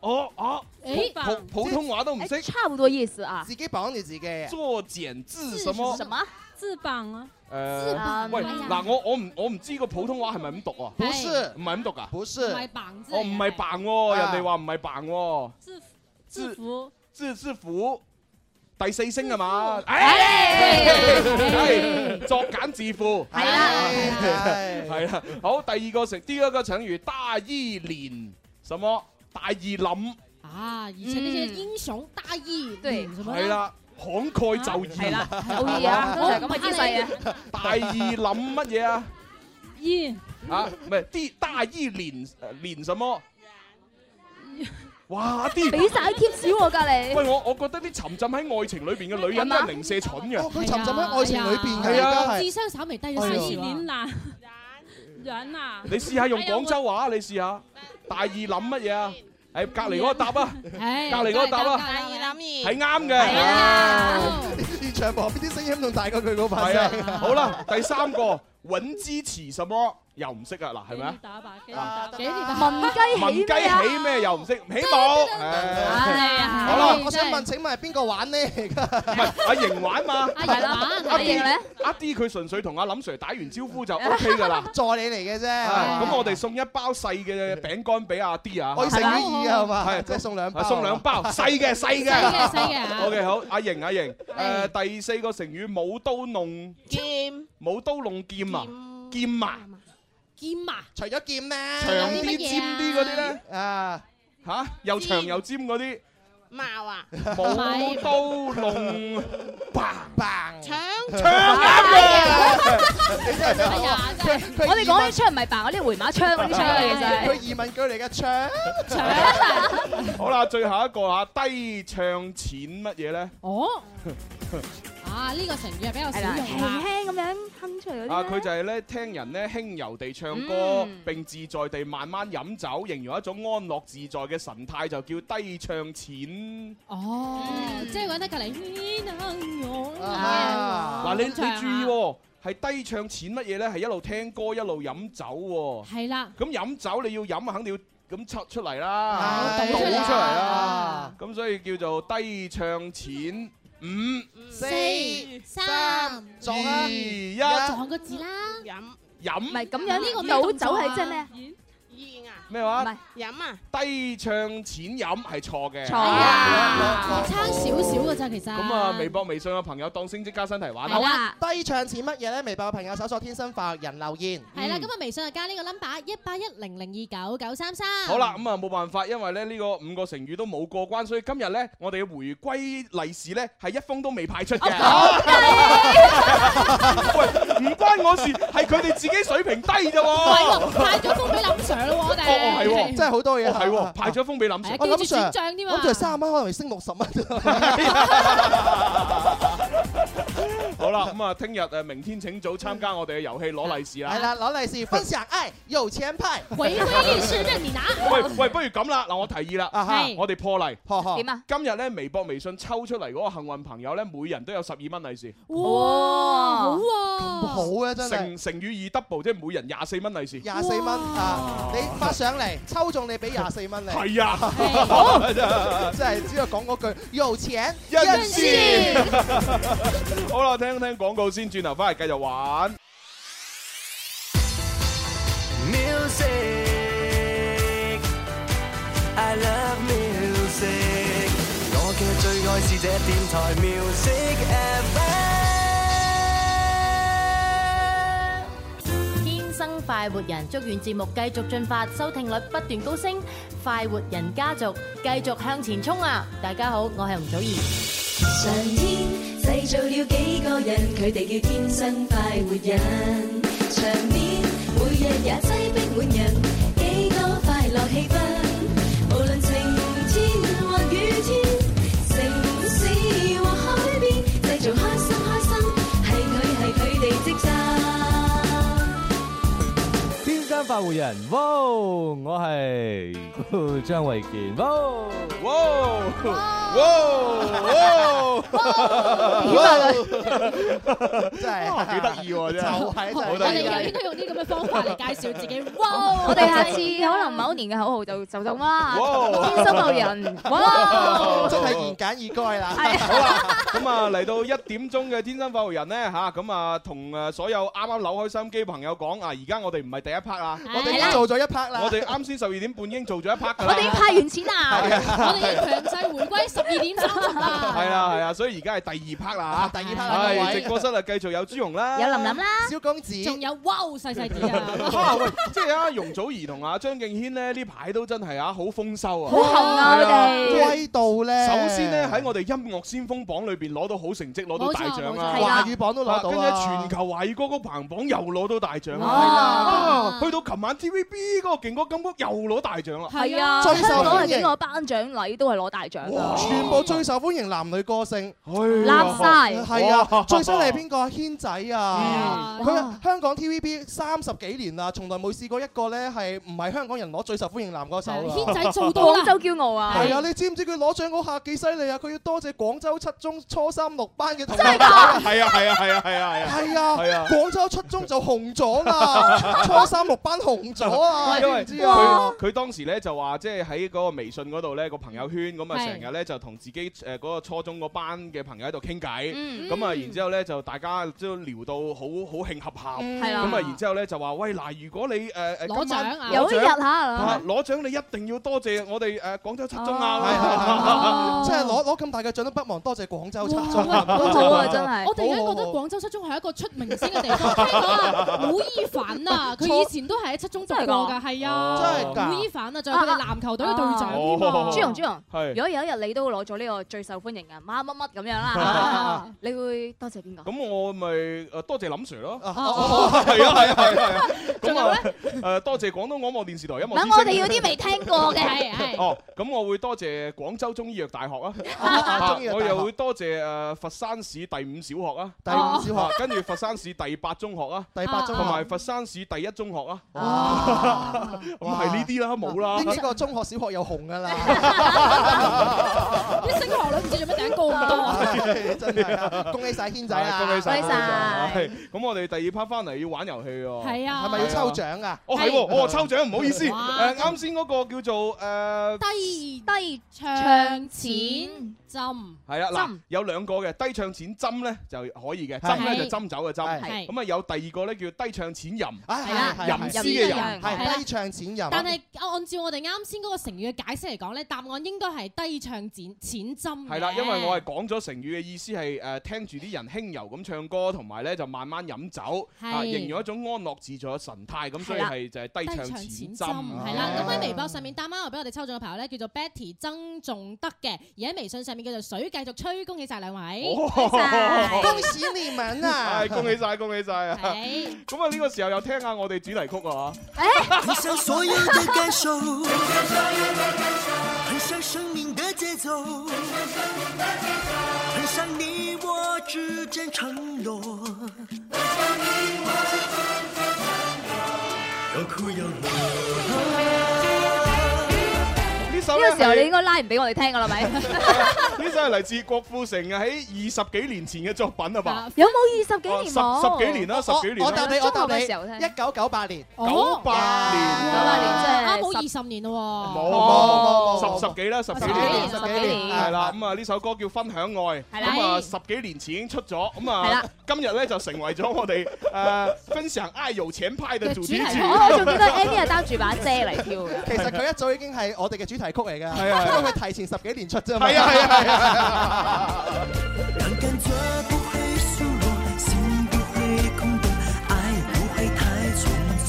Speaker 5: 哦哦，
Speaker 8: 哎
Speaker 6: 诶
Speaker 5: 普普普通話都唔識
Speaker 6: 哎差不多意思啊。
Speaker 7: 自己綁你自己
Speaker 5: 作茧自
Speaker 6: 字
Speaker 5: 什么？
Speaker 6: 什么？
Speaker 8: 自綁啊？
Speaker 5: 诶
Speaker 8: 自綁
Speaker 5: 呃喂，
Speaker 8: 啊
Speaker 5: 嗱，我我唔我唔知個普通話係咪咁讀啊？
Speaker 8: 不是啊
Speaker 5: 唔係咁讀啊？
Speaker 7: 不
Speaker 8: 唔係綁字
Speaker 5: 哦，唔係扮喎，人哋話唔係扮喎，
Speaker 8: 自自服。
Speaker 5: 知知府第四星係嘛？
Speaker 8: 哎
Speaker 5: 哎
Speaker 8: 哎，
Speaker 5: 作茧自負係
Speaker 8: 啦，
Speaker 5: 係啦。好，第二個成第二個成語大義連什麼？大義凜
Speaker 8: 啊，以前那些英雄大義，對，什麼？
Speaker 5: 係啦，慷慨就義
Speaker 8: 係啦
Speaker 6: 好嘢啊，都係咁嘅姿勢嘅。
Speaker 5: 大義凜乜嘢啊？
Speaker 8: 義
Speaker 5: 啊，唔係啲大義連呃連 什麼？哇！啲
Speaker 6: 俾晒 tips 喎，隔離。
Speaker 5: 喂，我我覺得啲沉浸喺愛情裏邊嘅女人
Speaker 6: 係
Speaker 5: 都
Speaker 6: 嘛
Speaker 5: 係零舍蠢嘅。
Speaker 7: 佢沉浸喺愛情裏邊
Speaker 5: 係
Speaker 7: 嘅，而家
Speaker 5: 啊
Speaker 7: 係
Speaker 8: 智商稍微低咗
Speaker 5: 哎
Speaker 8: 少
Speaker 5: 呦
Speaker 8: 少啦。人啊，
Speaker 5: 你試下用廣州話，你試下大二諗乜嘢啊？誒，隔離嗰個答啊，
Speaker 8: 唉
Speaker 6: 哎
Speaker 5: 隔離嗰個答啊，係啱
Speaker 7: 係啊
Speaker 5: 嘅。
Speaker 7: 現場旁邊啲聲音仲大過佢嗰把
Speaker 5: 係
Speaker 7: 聲。
Speaker 5: 啊，好啦，第三個揾支持什麼又唔識啊？嗱，係咪啊？
Speaker 8: 打吧，
Speaker 6: 幾年啊聞
Speaker 5: 文
Speaker 6: 雞
Speaker 5: 雞
Speaker 6: 起咩啊？
Speaker 5: 起咩又唔識？起舞。唉
Speaker 7: 好
Speaker 5: 好
Speaker 7: 啦
Speaker 5: 啦，，
Speaker 7: 我想問請問係邊個玩呢？
Speaker 5: 唔係阿瑩玩嘛？
Speaker 7: 阿瑩玩
Speaker 5: 阿
Speaker 7: 你呢
Speaker 5: 阿 D 佢純粹同阿林 Sir 打完招呼就 OK 噶啦。
Speaker 7: 助你嚟嘅啫。
Speaker 5: 啊咁我哋送一包細嘅餅乾俾阿 D 啊，
Speaker 7: 我要誠意啊係嘛
Speaker 5: 係
Speaker 7: 即係送兩包
Speaker 5: 啊送兩包， 細嘅細嘅，
Speaker 7: 細嘅細嘅啊
Speaker 5: OK 好，阿瑩阿瑩，誒第四個成語舞刀弄劍，舞刀弄劍啊，劍啊，
Speaker 8: 劍啊，
Speaker 7: 除咗劍咧，
Speaker 5: 長啲尖啲嗰啲咧，
Speaker 7: 啊
Speaker 5: 嚇又長又尖嗰啲，
Speaker 13: 矛啊，
Speaker 5: 舞刀弄
Speaker 13: 槍
Speaker 5: 槍
Speaker 7: 哎呀真係
Speaker 6: 我哋講啲槍唔係扮，我啲回馬槍嗰啲槍嚟嘅啫。
Speaker 7: 佢疑問句嚟嘅槍
Speaker 5: 好啦，最後一個嚇低唱錢乜嘢咧？
Speaker 8: 哦，啊呢個成語係比較少
Speaker 6: 係啦，
Speaker 8: 用啊
Speaker 6: 輕
Speaker 8: 啦。
Speaker 6: 輕咁樣哼出嚟嗰
Speaker 5: 啊！
Speaker 6: 啲
Speaker 5: 佢
Speaker 6: 咧。
Speaker 5: 就係咧聽人咧輕柔地唱歌
Speaker 6: 嗯，
Speaker 5: 並自在地慢慢飲酒，形容一種安樂自在嘅神態，就叫低唱錢。
Speaker 8: 哦，即係嗰得隔離呢能用
Speaker 5: 嗱，你你注
Speaker 8: 唱
Speaker 5: 意
Speaker 8: 啊
Speaker 5: 喎，係低唱錢乜嘢咧？係一路聽歌一路飲酒喎。
Speaker 8: 係啦。
Speaker 5: 咁飲酒你要飲，啊肯定要咁出出嚟啦，
Speaker 8: 係
Speaker 5: 倒出嚟啦
Speaker 8: 啊。
Speaker 5: 咁所以叫做低唱錢。五、
Speaker 7: 四
Speaker 13: 三
Speaker 7: 撞
Speaker 5: 二
Speaker 7: 啊！
Speaker 5: 一，
Speaker 8: 撞個字啦，
Speaker 13: 飲
Speaker 5: 飲唔
Speaker 6: 係咁
Speaker 8: 樣呢個咩動
Speaker 6: 倒
Speaker 8: 作
Speaker 6: 酒係
Speaker 8: 啊
Speaker 6: 即係咩啊？
Speaker 13: 二啊，
Speaker 5: 咩話？
Speaker 13: 飲啊，
Speaker 5: 低唱錢飲係錯嘅。
Speaker 8: 錯啊，差少少嘅咋其實。
Speaker 5: 咁啊，微博、微信嘅朋友當升職加薪題玩
Speaker 8: 係啦
Speaker 5: 啦。
Speaker 7: 低唱似乜嘢咧？微博嘅朋友搜索天生快活人留言。
Speaker 8: 係啦，咁啊微信就加呢個 number 一八一零零二九九三三。
Speaker 5: 好啦，咁啊冇辦法，因為咧呢個五個成語都冇過關，所以今日咧我哋嘅回歸利是咧係一封都未派出嘅。喂，唔關我事，係佢哋自己水平低
Speaker 8: 係
Speaker 5: 啫喎
Speaker 8: 喎。派咗封俾林 Sir 咯喎我哋
Speaker 5: 哦哦係喎，
Speaker 7: 真係好多嘢
Speaker 5: 哦係喎，派咗封俾林 Sir。
Speaker 7: 我諗 Sir，
Speaker 8: 轉帳添啊
Speaker 7: 諗住三十蚊可能會升六十蚊。
Speaker 5: 好啦，咁啊聽日誒明天請早參加我哋嘅遊戲攞利是啦。
Speaker 7: 係啦，攞利是 分享愛，有錢派，
Speaker 8: 回歸利是任你拿。
Speaker 5: 喂喂，不如咁啦，嗱，我提議啦
Speaker 7: 啊哈係，
Speaker 5: 我哋破例，
Speaker 7: 呵
Speaker 6: 點啊？
Speaker 5: 今日咧，微博、微信抽出嚟嗰個幸運朋友咧，每人都有十二蚊利是。
Speaker 8: 哇，好喎，
Speaker 7: 好啊，真係
Speaker 5: 成成語二 double，即係每人廿四蚊利是。
Speaker 7: 廿四蚊啊！你發上嚟，抽中你俾廿四蚊你。
Speaker 5: 係啊，
Speaker 7: 真係只有講嗰句有錢
Speaker 5: 人先。 好啦，聽聽廣告先，轉頭翻嚟繼續玩。
Speaker 14: Music, I love music。我嘅最愛是這電台 Music FM。
Speaker 15: 天生快活人，祝願節目繼續進發，收聽率不斷高升，快活人家族繼續向前衝啊！大家好，我係吳祖兒。
Speaker 16: 上天製造了幾個人，佢哋叫天生快活人。場面日也擠逼滿人，幾多快樂氣氛。
Speaker 3: vâng.
Speaker 16: 無論晴天或雨天，城市或海邊，製造開心開心，係佢係佢哋職責。
Speaker 17: 天生快活人，哇！我係張衛健，哇！哇！哇！
Speaker 7: 真係
Speaker 9: 幾得意喎，真係
Speaker 7: 就
Speaker 8: 啊
Speaker 7: 係
Speaker 9: 好
Speaker 6: 我
Speaker 9: 得
Speaker 6: 哋
Speaker 5: 啊
Speaker 9: 意。
Speaker 6: 又應
Speaker 8: 應該用啲咁嘅方法嚟介紹自 己。哇！
Speaker 6: 我哋下次
Speaker 8: 啊
Speaker 6: 可能某一年嘅口號就就咁啦，
Speaker 5: 哇
Speaker 6: 啊天生舊 人，哇！
Speaker 7: 真係言簡意賅啦。
Speaker 5: 咁啊，嚟到一點鐘嘅天生快活人咧吓，咁啊同誒所有啱啱扭開收音機朋友講啊，而家我哋唔係第一 part 啦，
Speaker 7: 我哋已經做咗一 part 啦
Speaker 5: 我哋啱先十二點半已經做咗一 part 㗎啦。
Speaker 6: 我哋已經派完錢啦，
Speaker 5: 係啊
Speaker 8: 我哋要強勢回歸十二點三十啦。
Speaker 6: 啊
Speaker 5: 係啦係啦，所以而家係第二 part
Speaker 7: 啊
Speaker 5: 啦嚇，第二
Speaker 8: part 啦各位
Speaker 5: 直播室啊繼續有朱紅啦，。
Speaker 8: 啦，
Speaker 7: 蕭公子，
Speaker 8: 仲有哇細細啲啊！
Speaker 5: 啊喂，即係啊，容祖兒同啊張敬軒咧呢排都真係啊好豐收啊，
Speaker 7: 好紅啊佢
Speaker 5: 係
Speaker 7: 哋歸到咧
Speaker 5: 首先咧喺我哋音樂先鋒榜裏邊攞到好成績，攞到大獎啊，
Speaker 7: 冇錯冇錯華語榜都攞到啊
Speaker 5: 跟住喺全球華語歌曲排行榜又攞到大獎啊，
Speaker 7: 哇
Speaker 5: 啊去到琴晚 TVB 嗰個勁歌金曲又攞大獎啦，
Speaker 6: 係啊，
Speaker 7: 最受
Speaker 6: 香港
Speaker 7: 歡
Speaker 6: 係
Speaker 7: 迎
Speaker 6: 邊個頒獎禮都係攞大獎㗎。
Speaker 7: 全部最受歡迎男女歌星，
Speaker 6: 攬晒
Speaker 7: 係啊！
Speaker 6: 哇
Speaker 7: 最犀利係邊個啊？軒仔啊！佢香港 TVB 三十幾年啦，從來冇試過一個咧係唔係香港人攞最受歡迎男歌手啊。
Speaker 6: 軒仔做到啦廣州驕傲啊
Speaker 7: 係啊！你知唔知佢攞獎嗰下幾犀利啊？佢要多謝廣州七中初三六班嘅同學。
Speaker 5: 係啊係啊係啊係啊係啊
Speaker 7: 係啊！
Speaker 5: 係啊
Speaker 7: 廣州七中就紅咗啦， 初三六班紅咗 啊！
Speaker 5: 因
Speaker 7: 你
Speaker 5: 為
Speaker 7: 唔知啊？
Speaker 5: 佢佢當時咧就話，即係喺嗰個微信嗰度咧個朋友圈咁啊，
Speaker 7: 係
Speaker 5: 成日咧就同自己誒嗰個初中嗰班嘅朋友喺度傾偈，
Speaker 7: 嗯
Speaker 5: 咁啊，然之後咧就大家都聊到好好慶合合，
Speaker 7: 嗯
Speaker 6: 係啦
Speaker 5: 咁啊，然之後咧就話喂嗱，如果你誒誒
Speaker 6: 攞
Speaker 5: 今晚
Speaker 6: 獎啊有一日嚇
Speaker 5: 啊攞獎你一定要多謝我哋誒廣州七中啊，
Speaker 6: 哦
Speaker 7: 即係攞攞咁大嘅獎都不忘多謝廣州七中，
Speaker 8: 啊
Speaker 7: 啊
Speaker 8: 我突然間覺得廣州七中係一個出明星嘅地方。聽講啊，吳亦凡啊，佢以前都係喺七中讀過㗎，係啊，
Speaker 6: 真係㗎
Speaker 8: 吳亦凡啊，仲有佢哋籃球隊嘅隊長添
Speaker 5: 哦
Speaker 8: 啊。
Speaker 6: 朱紅朱紅，
Speaker 5: 係
Speaker 6: 如果有一日你都攞咗呢個最受歡迎嘅乜乜乜咁樣啦
Speaker 5: 啊，
Speaker 6: 你會多謝邊個？
Speaker 5: 咁我咪誒多謝林 Sir 咯，係
Speaker 6: 哦
Speaker 5: 啊 係啊係啊係啊，咁啊誒多謝廣東廣播電視台音樂之聲。
Speaker 6: 嗱，我哋要啲未聽過嘅， 係係
Speaker 5: 哦，咁我會多謝廣州中醫藥大學啊，
Speaker 7: 啊
Speaker 5: 啊
Speaker 7: 中醫藥大學
Speaker 5: 我又會多謝誒佛山市第五小學啊，
Speaker 7: 第五小學
Speaker 5: 啊跟住佛山市第八中學啊，
Speaker 7: 第八中學
Speaker 5: 同埋佛山市第一中學啊，
Speaker 7: 哦
Speaker 5: 咁
Speaker 7: 哇
Speaker 5: 係呢啲啦，冇啦，
Speaker 7: 呢個中學、小學又紅㗎 啦，
Speaker 8: 啲升學率唔知做乜頂高啊咁多。
Speaker 7: 真係啊！恭喜晒軒仔啊！
Speaker 5: 恭喜晒，恭喜晒，係咁我哋第二 part 翻嚟要玩遊戲喎，
Speaker 7: 係啊係咪要抽獎啊
Speaker 5: 哦係喎，
Speaker 7: 係
Speaker 5: 哦抽獎唔好意思，
Speaker 8: 哇
Speaker 5: 誒啱先嗰個叫做呃誒。
Speaker 8: 低低唱
Speaker 6: 唱
Speaker 8: 淺針。
Speaker 5: 係啦，嗱
Speaker 8: 針
Speaker 5: 有兩個嘅低唱淺針咧就可以嘅，
Speaker 8: 係
Speaker 5: 針咧就斟酒嘅針，
Speaker 8: 係
Speaker 5: 咁啊有第二個咧叫低唱淺吟，
Speaker 7: 啊係
Speaker 5: 吟詩嘅吟，
Speaker 7: 係低唱淺吟。
Speaker 8: 但係按照我哋啱先嗰個成語嘅解釋嚟講咧，答案應該係低唱淺淺針。
Speaker 5: 係啦，因為我係講咗成語嘅意思係誒聽住啲人輕柔咁唱歌，同埋咧就慢慢飲酒，
Speaker 8: 係
Speaker 5: 啊形容一種安樂自在嘅神態，咁所以
Speaker 8: 係啦
Speaker 5: 係就係低唱淺針，啊
Speaker 8: 係啦，咁啊喺微博上面打孖我俾我哋抽中嘅朋友咧，叫做 Betty 曾仲德嘅，而喺微信上面叫做水繼續吹，恭喜晒兩位，
Speaker 5: 哦
Speaker 7: 恭喜你們啊！
Speaker 5: 係恭喜晒，恭喜晒啊！
Speaker 8: 係
Speaker 5: 咁啊呢個時候又聽下我哋主題曲啊！
Speaker 1: 你想所有的感受，很像生命的节奏，很像你我之间承诺。有哭有
Speaker 5: 呢首
Speaker 6: 呢
Speaker 5: 咧
Speaker 6: 個時候你
Speaker 5: 係
Speaker 6: 應該拉唔俾我哋聽㗎啦，咪？
Speaker 5: 哦呢首係嚟自郭富城啊喺二十幾年前嘅作品啊吧？
Speaker 6: 有冇二十幾年
Speaker 5: 啊
Speaker 6: 冇？
Speaker 5: 十十幾年啦，十幾年啦。
Speaker 7: 我答你，我答你，
Speaker 6: 中學嘅時候
Speaker 7: 一
Speaker 6: 聽
Speaker 7: 九九八年，
Speaker 5: 九八年
Speaker 8: 啊啱
Speaker 5: 啊，
Speaker 8: 好二十年咯
Speaker 5: 冇
Speaker 8: 喎，
Speaker 5: 冇冇十十幾啦，十幾
Speaker 8: 年
Speaker 5: 年，
Speaker 8: 哦十幾年
Speaker 5: 係啦。咁啊，呢首歌叫《分享愛》，
Speaker 8: 啦
Speaker 5: 咁啊，十幾年前已經出咗，咁
Speaker 8: 係
Speaker 5: 啊
Speaker 8: 啦，
Speaker 5: 今日咧就成為咗我哋誒分享愛有錢派嘅主
Speaker 6: 主
Speaker 5: 題
Speaker 6: 題
Speaker 5: 曲
Speaker 6: 曲，
Speaker 7: 哦
Speaker 6: 我仲 記得 Andy
Speaker 7: 啊
Speaker 6: 係擔住把遮嚟跳嘅。
Speaker 7: 其實佢一早已經係我哋嘅主題曲嚟㗎，
Speaker 5: 係啊
Speaker 7: 不過佢提前十幾年出啫嘛。
Speaker 5: 係啊係啊係
Speaker 1: 但感觉不会失落，心不会空洞，爱不会太沉重。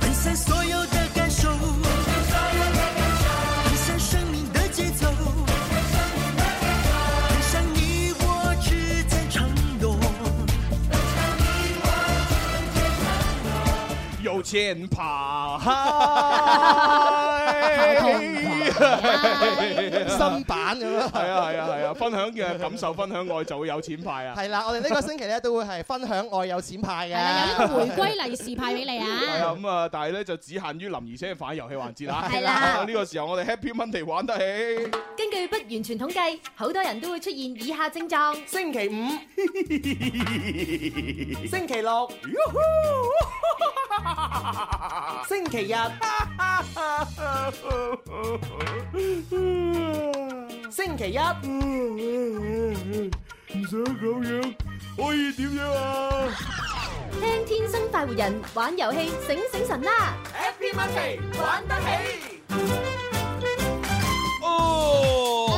Speaker 1: 分享所有的感受，分享生命的节奏，分享你我之间承诺。
Speaker 5: 前爬
Speaker 7: 新版咁樣
Speaker 5: 係啊係啊係啊，分享嘅感受，分享愛就會有錢派啊！
Speaker 7: 係啦，我哋呢個星期咧都會係分享愛有錢派嘅，
Speaker 12: 有呢個回歸利是派俾你
Speaker 5: 係
Speaker 12: 啊！
Speaker 5: 啊，咁啊，但係咧就只限於林兒姐嘅反遊戲環節啦。
Speaker 8: 係啦
Speaker 5: 啊呢個時候我哋 Happy Monday 玩得起。
Speaker 8: 根據不完全統計，好多人都會出現以下症狀：
Speaker 7: 星期五、
Speaker 18: 星
Speaker 7: 期六、星期日、星期一。
Speaker 18: 唔想咁樣，可以點樣啊
Speaker 8: 聽天生快活人玩遊戲，醒醒神啦！
Speaker 18: ？Happy Monday，玩得起。
Speaker 5: 哦，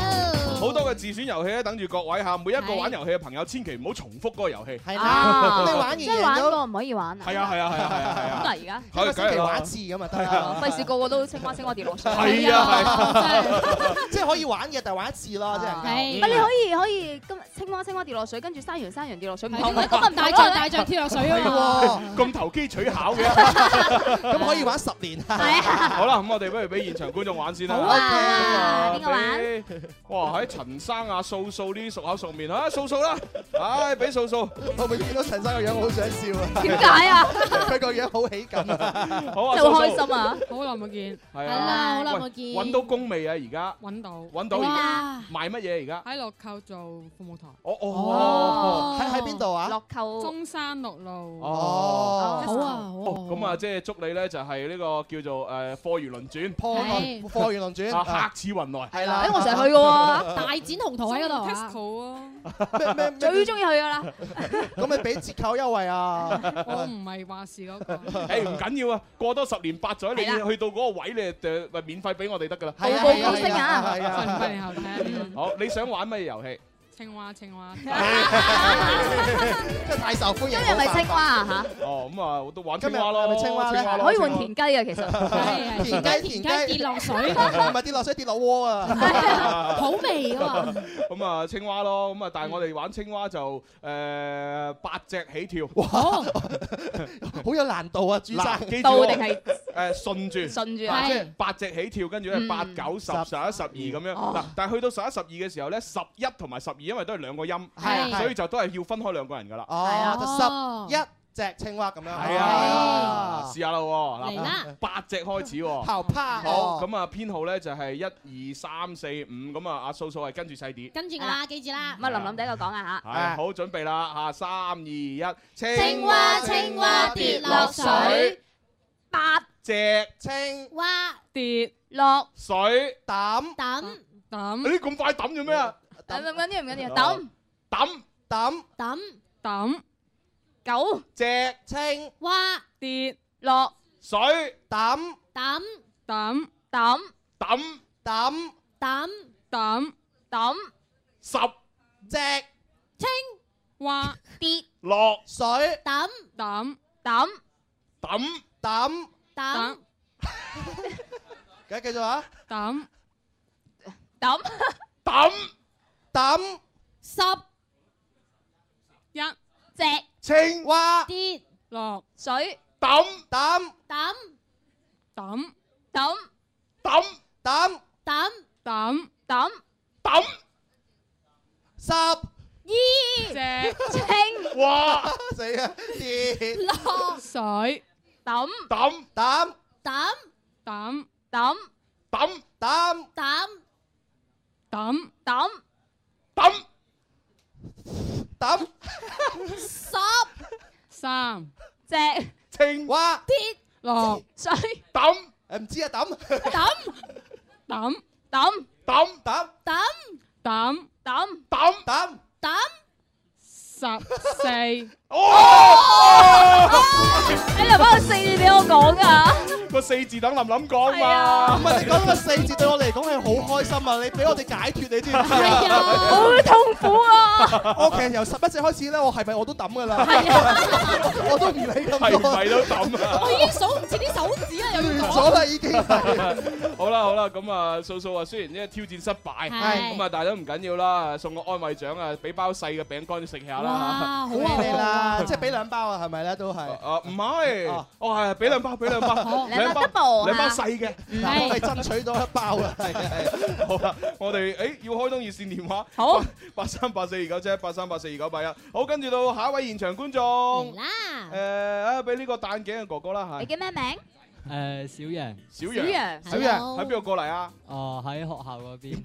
Speaker 5: 好多嘅自選遊戲咧，等住各位嚇，每一個玩遊戲嘅朋友，千祈唔好重複嗰個遊戲。係
Speaker 6: 啊，即係玩過唔可以玩啊！
Speaker 5: 係啊係啊係啊係啊係
Speaker 6: 咁啊
Speaker 5: 啊！
Speaker 6: 而家
Speaker 7: 一個
Speaker 5: 係
Speaker 7: 星期
Speaker 5: 梗係啦
Speaker 7: 玩一次咁啊得
Speaker 5: 係啊
Speaker 7: 啦，
Speaker 6: 費事個個都青蛙青蛙跌落水。
Speaker 5: 係啊
Speaker 7: 即係可以玩嘅，但係玩一次咯，即係。
Speaker 6: 唔係你可以可以今青蛙青蛙跌落水，跟住山羊山羊跌落水，唔同
Speaker 12: 今日大象大象跳落水啊嘛！
Speaker 5: 咁投機取巧嘅，
Speaker 7: 咁可以玩十年。啊
Speaker 12: 啊
Speaker 5: 好啦，咁我哋不如俾現場觀眾玩先啦。
Speaker 7: 好啊
Speaker 5: 咁俾哇，喺陳生啊、素素呢啲熟口熟面啊，素素啦，唉，俾素素。
Speaker 7: 我咪見到陳生個樣，我好想笑啊！
Speaker 5: 點解啊？
Speaker 7: 佢個樣好喜感啊！
Speaker 5: 好啊，
Speaker 12: 真係
Speaker 5: 素
Speaker 12: 好
Speaker 5: 素
Speaker 12: 開心啊！好耐冇見，
Speaker 5: 係啊
Speaker 12: 啦，好耐
Speaker 5: 喂
Speaker 12: 冇見，
Speaker 5: 揾到工未啊？而家
Speaker 12: 揾到
Speaker 5: 揾到而家賣乜嘢而家？
Speaker 12: 喺樂購做服務台。
Speaker 5: 哦哦
Speaker 7: 喺喺邊度啊？
Speaker 12: 樂購中山六路。
Speaker 5: 哦
Speaker 12: 好啊，
Speaker 5: 哦，咁啊，即係祝你咧，就係呢個叫做誒貨如輪轉，
Speaker 7: 貨輪係貨如輪轉
Speaker 5: 啊，客似雲來，
Speaker 7: 係
Speaker 12: 啦
Speaker 6: 誒哎我成日去嘅喎
Speaker 12: 大展宏圖喺嗰度啊！
Speaker 6: 最中意去噶啦。
Speaker 7: 咁咪俾折扣優惠啊！
Speaker 12: 我唔係話事嗰個。
Speaker 5: 誒唔緊要啊，過多十年八載，你
Speaker 12: 係啦
Speaker 5: 去到嗰個位，你就誒免費俾我哋得㗎啦。
Speaker 12: 係啊步步高升啊係 啊係啊
Speaker 5: 快
Speaker 12: 訓練後睇下點樣
Speaker 5: 好，你想玩乜嘢 遊戲？
Speaker 12: 青蛙，青蛙。
Speaker 7: 真係太受歡迎。
Speaker 6: 今日咪青蛙啊
Speaker 5: 哦，咁啊，我都玩
Speaker 7: 今
Speaker 5: 青
Speaker 7: 日
Speaker 5: 蛙咯，
Speaker 7: 係咪青蛙咧
Speaker 5: 青蛙
Speaker 6: 嚇，
Speaker 5: 咯
Speaker 6: 可以換
Speaker 5: 青蛙
Speaker 6: 田雞啊，其實。
Speaker 7: 田雞田雞
Speaker 6: 跌落水
Speaker 7: 唔係跌落水跌落鍋啊！
Speaker 12: 好味㗎嘛
Speaker 5: 咁啊，青蛙咯，咁啊，但係我哋玩青蛙就誒八隻起跳。
Speaker 7: 哇！
Speaker 5: 哦
Speaker 7: 好有難度啊，朱生。
Speaker 5: 道誒順住
Speaker 6: 順住
Speaker 5: 啊
Speaker 6: 係
Speaker 5: 即係八隻起跳，跟住咧
Speaker 6: 嗯
Speaker 5: 八九十十一十二咁樣。
Speaker 6: 哦
Speaker 5: 嗱，但係去到十一十二嘅時候咧，十一同埋十二因為都係兩個音
Speaker 7: 係，
Speaker 5: 所以就都係要分開兩個人㗎
Speaker 6: 啊
Speaker 5: 啦。
Speaker 7: 哦，就十一隻青蛙咁樣。
Speaker 5: 係啊，試下啦喎，嗱
Speaker 7: 嚟啦
Speaker 5: 八隻開始喎，
Speaker 7: 後趴
Speaker 5: 好，咁啊編號咧就係一二三四五，咁啊阿素素係跟住細啲，
Speaker 6: 跟住我啦，記住啦。咁啊，林林第一個講啊嚇。
Speaker 5: 係好準備啦嚇，三二一，
Speaker 6: 青蛙青蛙跌落水，八
Speaker 5: 隻
Speaker 7: 青
Speaker 6: 蛙
Speaker 12: 跌
Speaker 6: 落
Speaker 5: 水
Speaker 7: 抌
Speaker 6: 抌
Speaker 12: 抌。
Speaker 5: 你咁快抌做咩啊？
Speaker 6: 抌唔緊要，唔緊要，抌
Speaker 5: 抌
Speaker 7: 抌
Speaker 6: 抌
Speaker 12: 抌
Speaker 6: 九
Speaker 5: 隻
Speaker 7: 青
Speaker 6: 蛙
Speaker 12: 跌
Speaker 6: 落
Speaker 5: 水
Speaker 7: 抌
Speaker 6: 抌
Speaker 12: 抌
Speaker 6: 抌
Speaker 5: 抌
Speaker 7: 抌
Speaker 6: 抌
Speaker 12: 抌
Speaker 6: 抌
Speaker 5: 十
Speaker 7: 隻
Speaker 6: 青
Speaker 12: 蛙
Speaker 6: 跌
Speaker 5: 落
Speaker 7: 水
Speaker 6: 抌
Speaker 12: 抌
Speaker 6: 抌
Speaker 5: 抌
Speaker 7: 抌
Speaker 6: 抌
Speaker 7: 繼繼續啊！
Speaker 12: 抌
Speaker 6: 抌
Speaker 5: 抌
Speaker 7: 抌
Speaker 6: 十
Speaker 12: 一
Speaker 6: 隻
Speaker 5: 青
Speaker 7: 蛙
Speaker 6: 跌
Speaker 12: 落
Speaker 6: 水
Speaker 5: 抌
Speaker 7: 抌
Speaker 6: 抌
Speaker 12: 抌
Speaker 6: 抌
Speaker 5: 抌
Speaker 7: 抌
Speaker 6: 抌
Speaker 12: 抌
Speaker 6: 抌
Speaker 5: 抌
Speaker 7: 十
Speaker 6: 二
Speaker 12: 隻
Speaker 6: 青
Speaker 5: 哇！
Speaker 7: 死啊！跌
Speaker 6: 落
Speaker 12: 水
Speaker 6: 抌
Speaker 5: 抌
Speaker 7: 抌
Speaker 6: 抌
Speaker 12: 抌
Speaker 6: 抌
Speaker 5: 抌
Speaker 7: 抌
Speaker 6: 抌
Speaker 12: 抌
Speaker 6: 抌
Speaker 5: 抌
Speaker 7: 抌
Speaker 6: 十
Speaker 12: 三
Speaker 6: 隻
Speaker 5: 青
Speaker 7: 蛙
Speaker 6: 跌
Speaker 12: 落
Speaker 6: 水
Speaker 5: 抌
Speaker 7: 誒唔知啊抌
Speaker 6: 抌
Speaker 12: 抌
Speaker 6: 抌
Speaker 5: 抌
Speaker 7: 抌
Speaker 6: 抌
Speaker 12: 抌
Speaker 6: 抌
Speaker 5: 抌
Speaker 7: 抌
Speaker 6: 抌
Speaker 12: 十四。
Speaker 5: 哦
Speaker 6: 哦哎你留翻個四字俾我講啊㗎。
Speaker 5: 個四字等林林講
Speaker 7: 係啊
Speaker 5: 嘛，
Speaker 7: 唔係你講個 四字對我嚟講係好開心啊！你俾我哋解脱，你知唔知
Speaker 5: 係啊
Speaker 7: 啊？
Speaker 6: 好痛苦啊！
Speaker 7: 我其實由十一隻開始咧，我係咪我都抌㗎啦？
Speaker 8: 係啊
Speaker 7: 我都唔理咁多。
Speaker 5: 係咪都抌啊
Speaker 8: 我已經數唔切啲手指啦，又要講
Speaker 7: 咗啦已經
Speaker 5: 好啦好啦，咁啊，素素啊，雖然呢個挑戰失敗，
Speaker 8: 係
Speaker 5: 咁啊，但係都唔緊要啦，送個安慰獎啊，俾包細嘅餅乾食下
Speaker 7: 哇！
Speaker 5: 啦。
Speaker 7: 好你哋啦，即係俾兩包啊，係咪咧？都係。
Speaker 5: 啊，唔係，哦係，俾兩包，俾兩包，
Speaker 7: 兩包 double 啊
Speaker 5: 兩包細嘅，
Speaker 7: 嗯係我哋爭取到一包 啊係係
Speaker 5: 好啦，我哋誒要開通熱線電話，
Speaker 6: 好，
Speaker 5: 八三八四二九七，八三八四二九八一，好，跟住到下一位現場觀眾，誒啊，俾呢個戴眼鏡嘅哥哥啦嚇，
Speaker 6: 你叫咩名？
Speaker 19: 誒小楊，
Speaker 5: 小
Speaker 6: 楊小楊
Speaker 5: 小楊
Speaker 6: Hello
Speaker 5: 喺邊度過嚟啊？
Speaker 19: 哦喺學校嗰邊，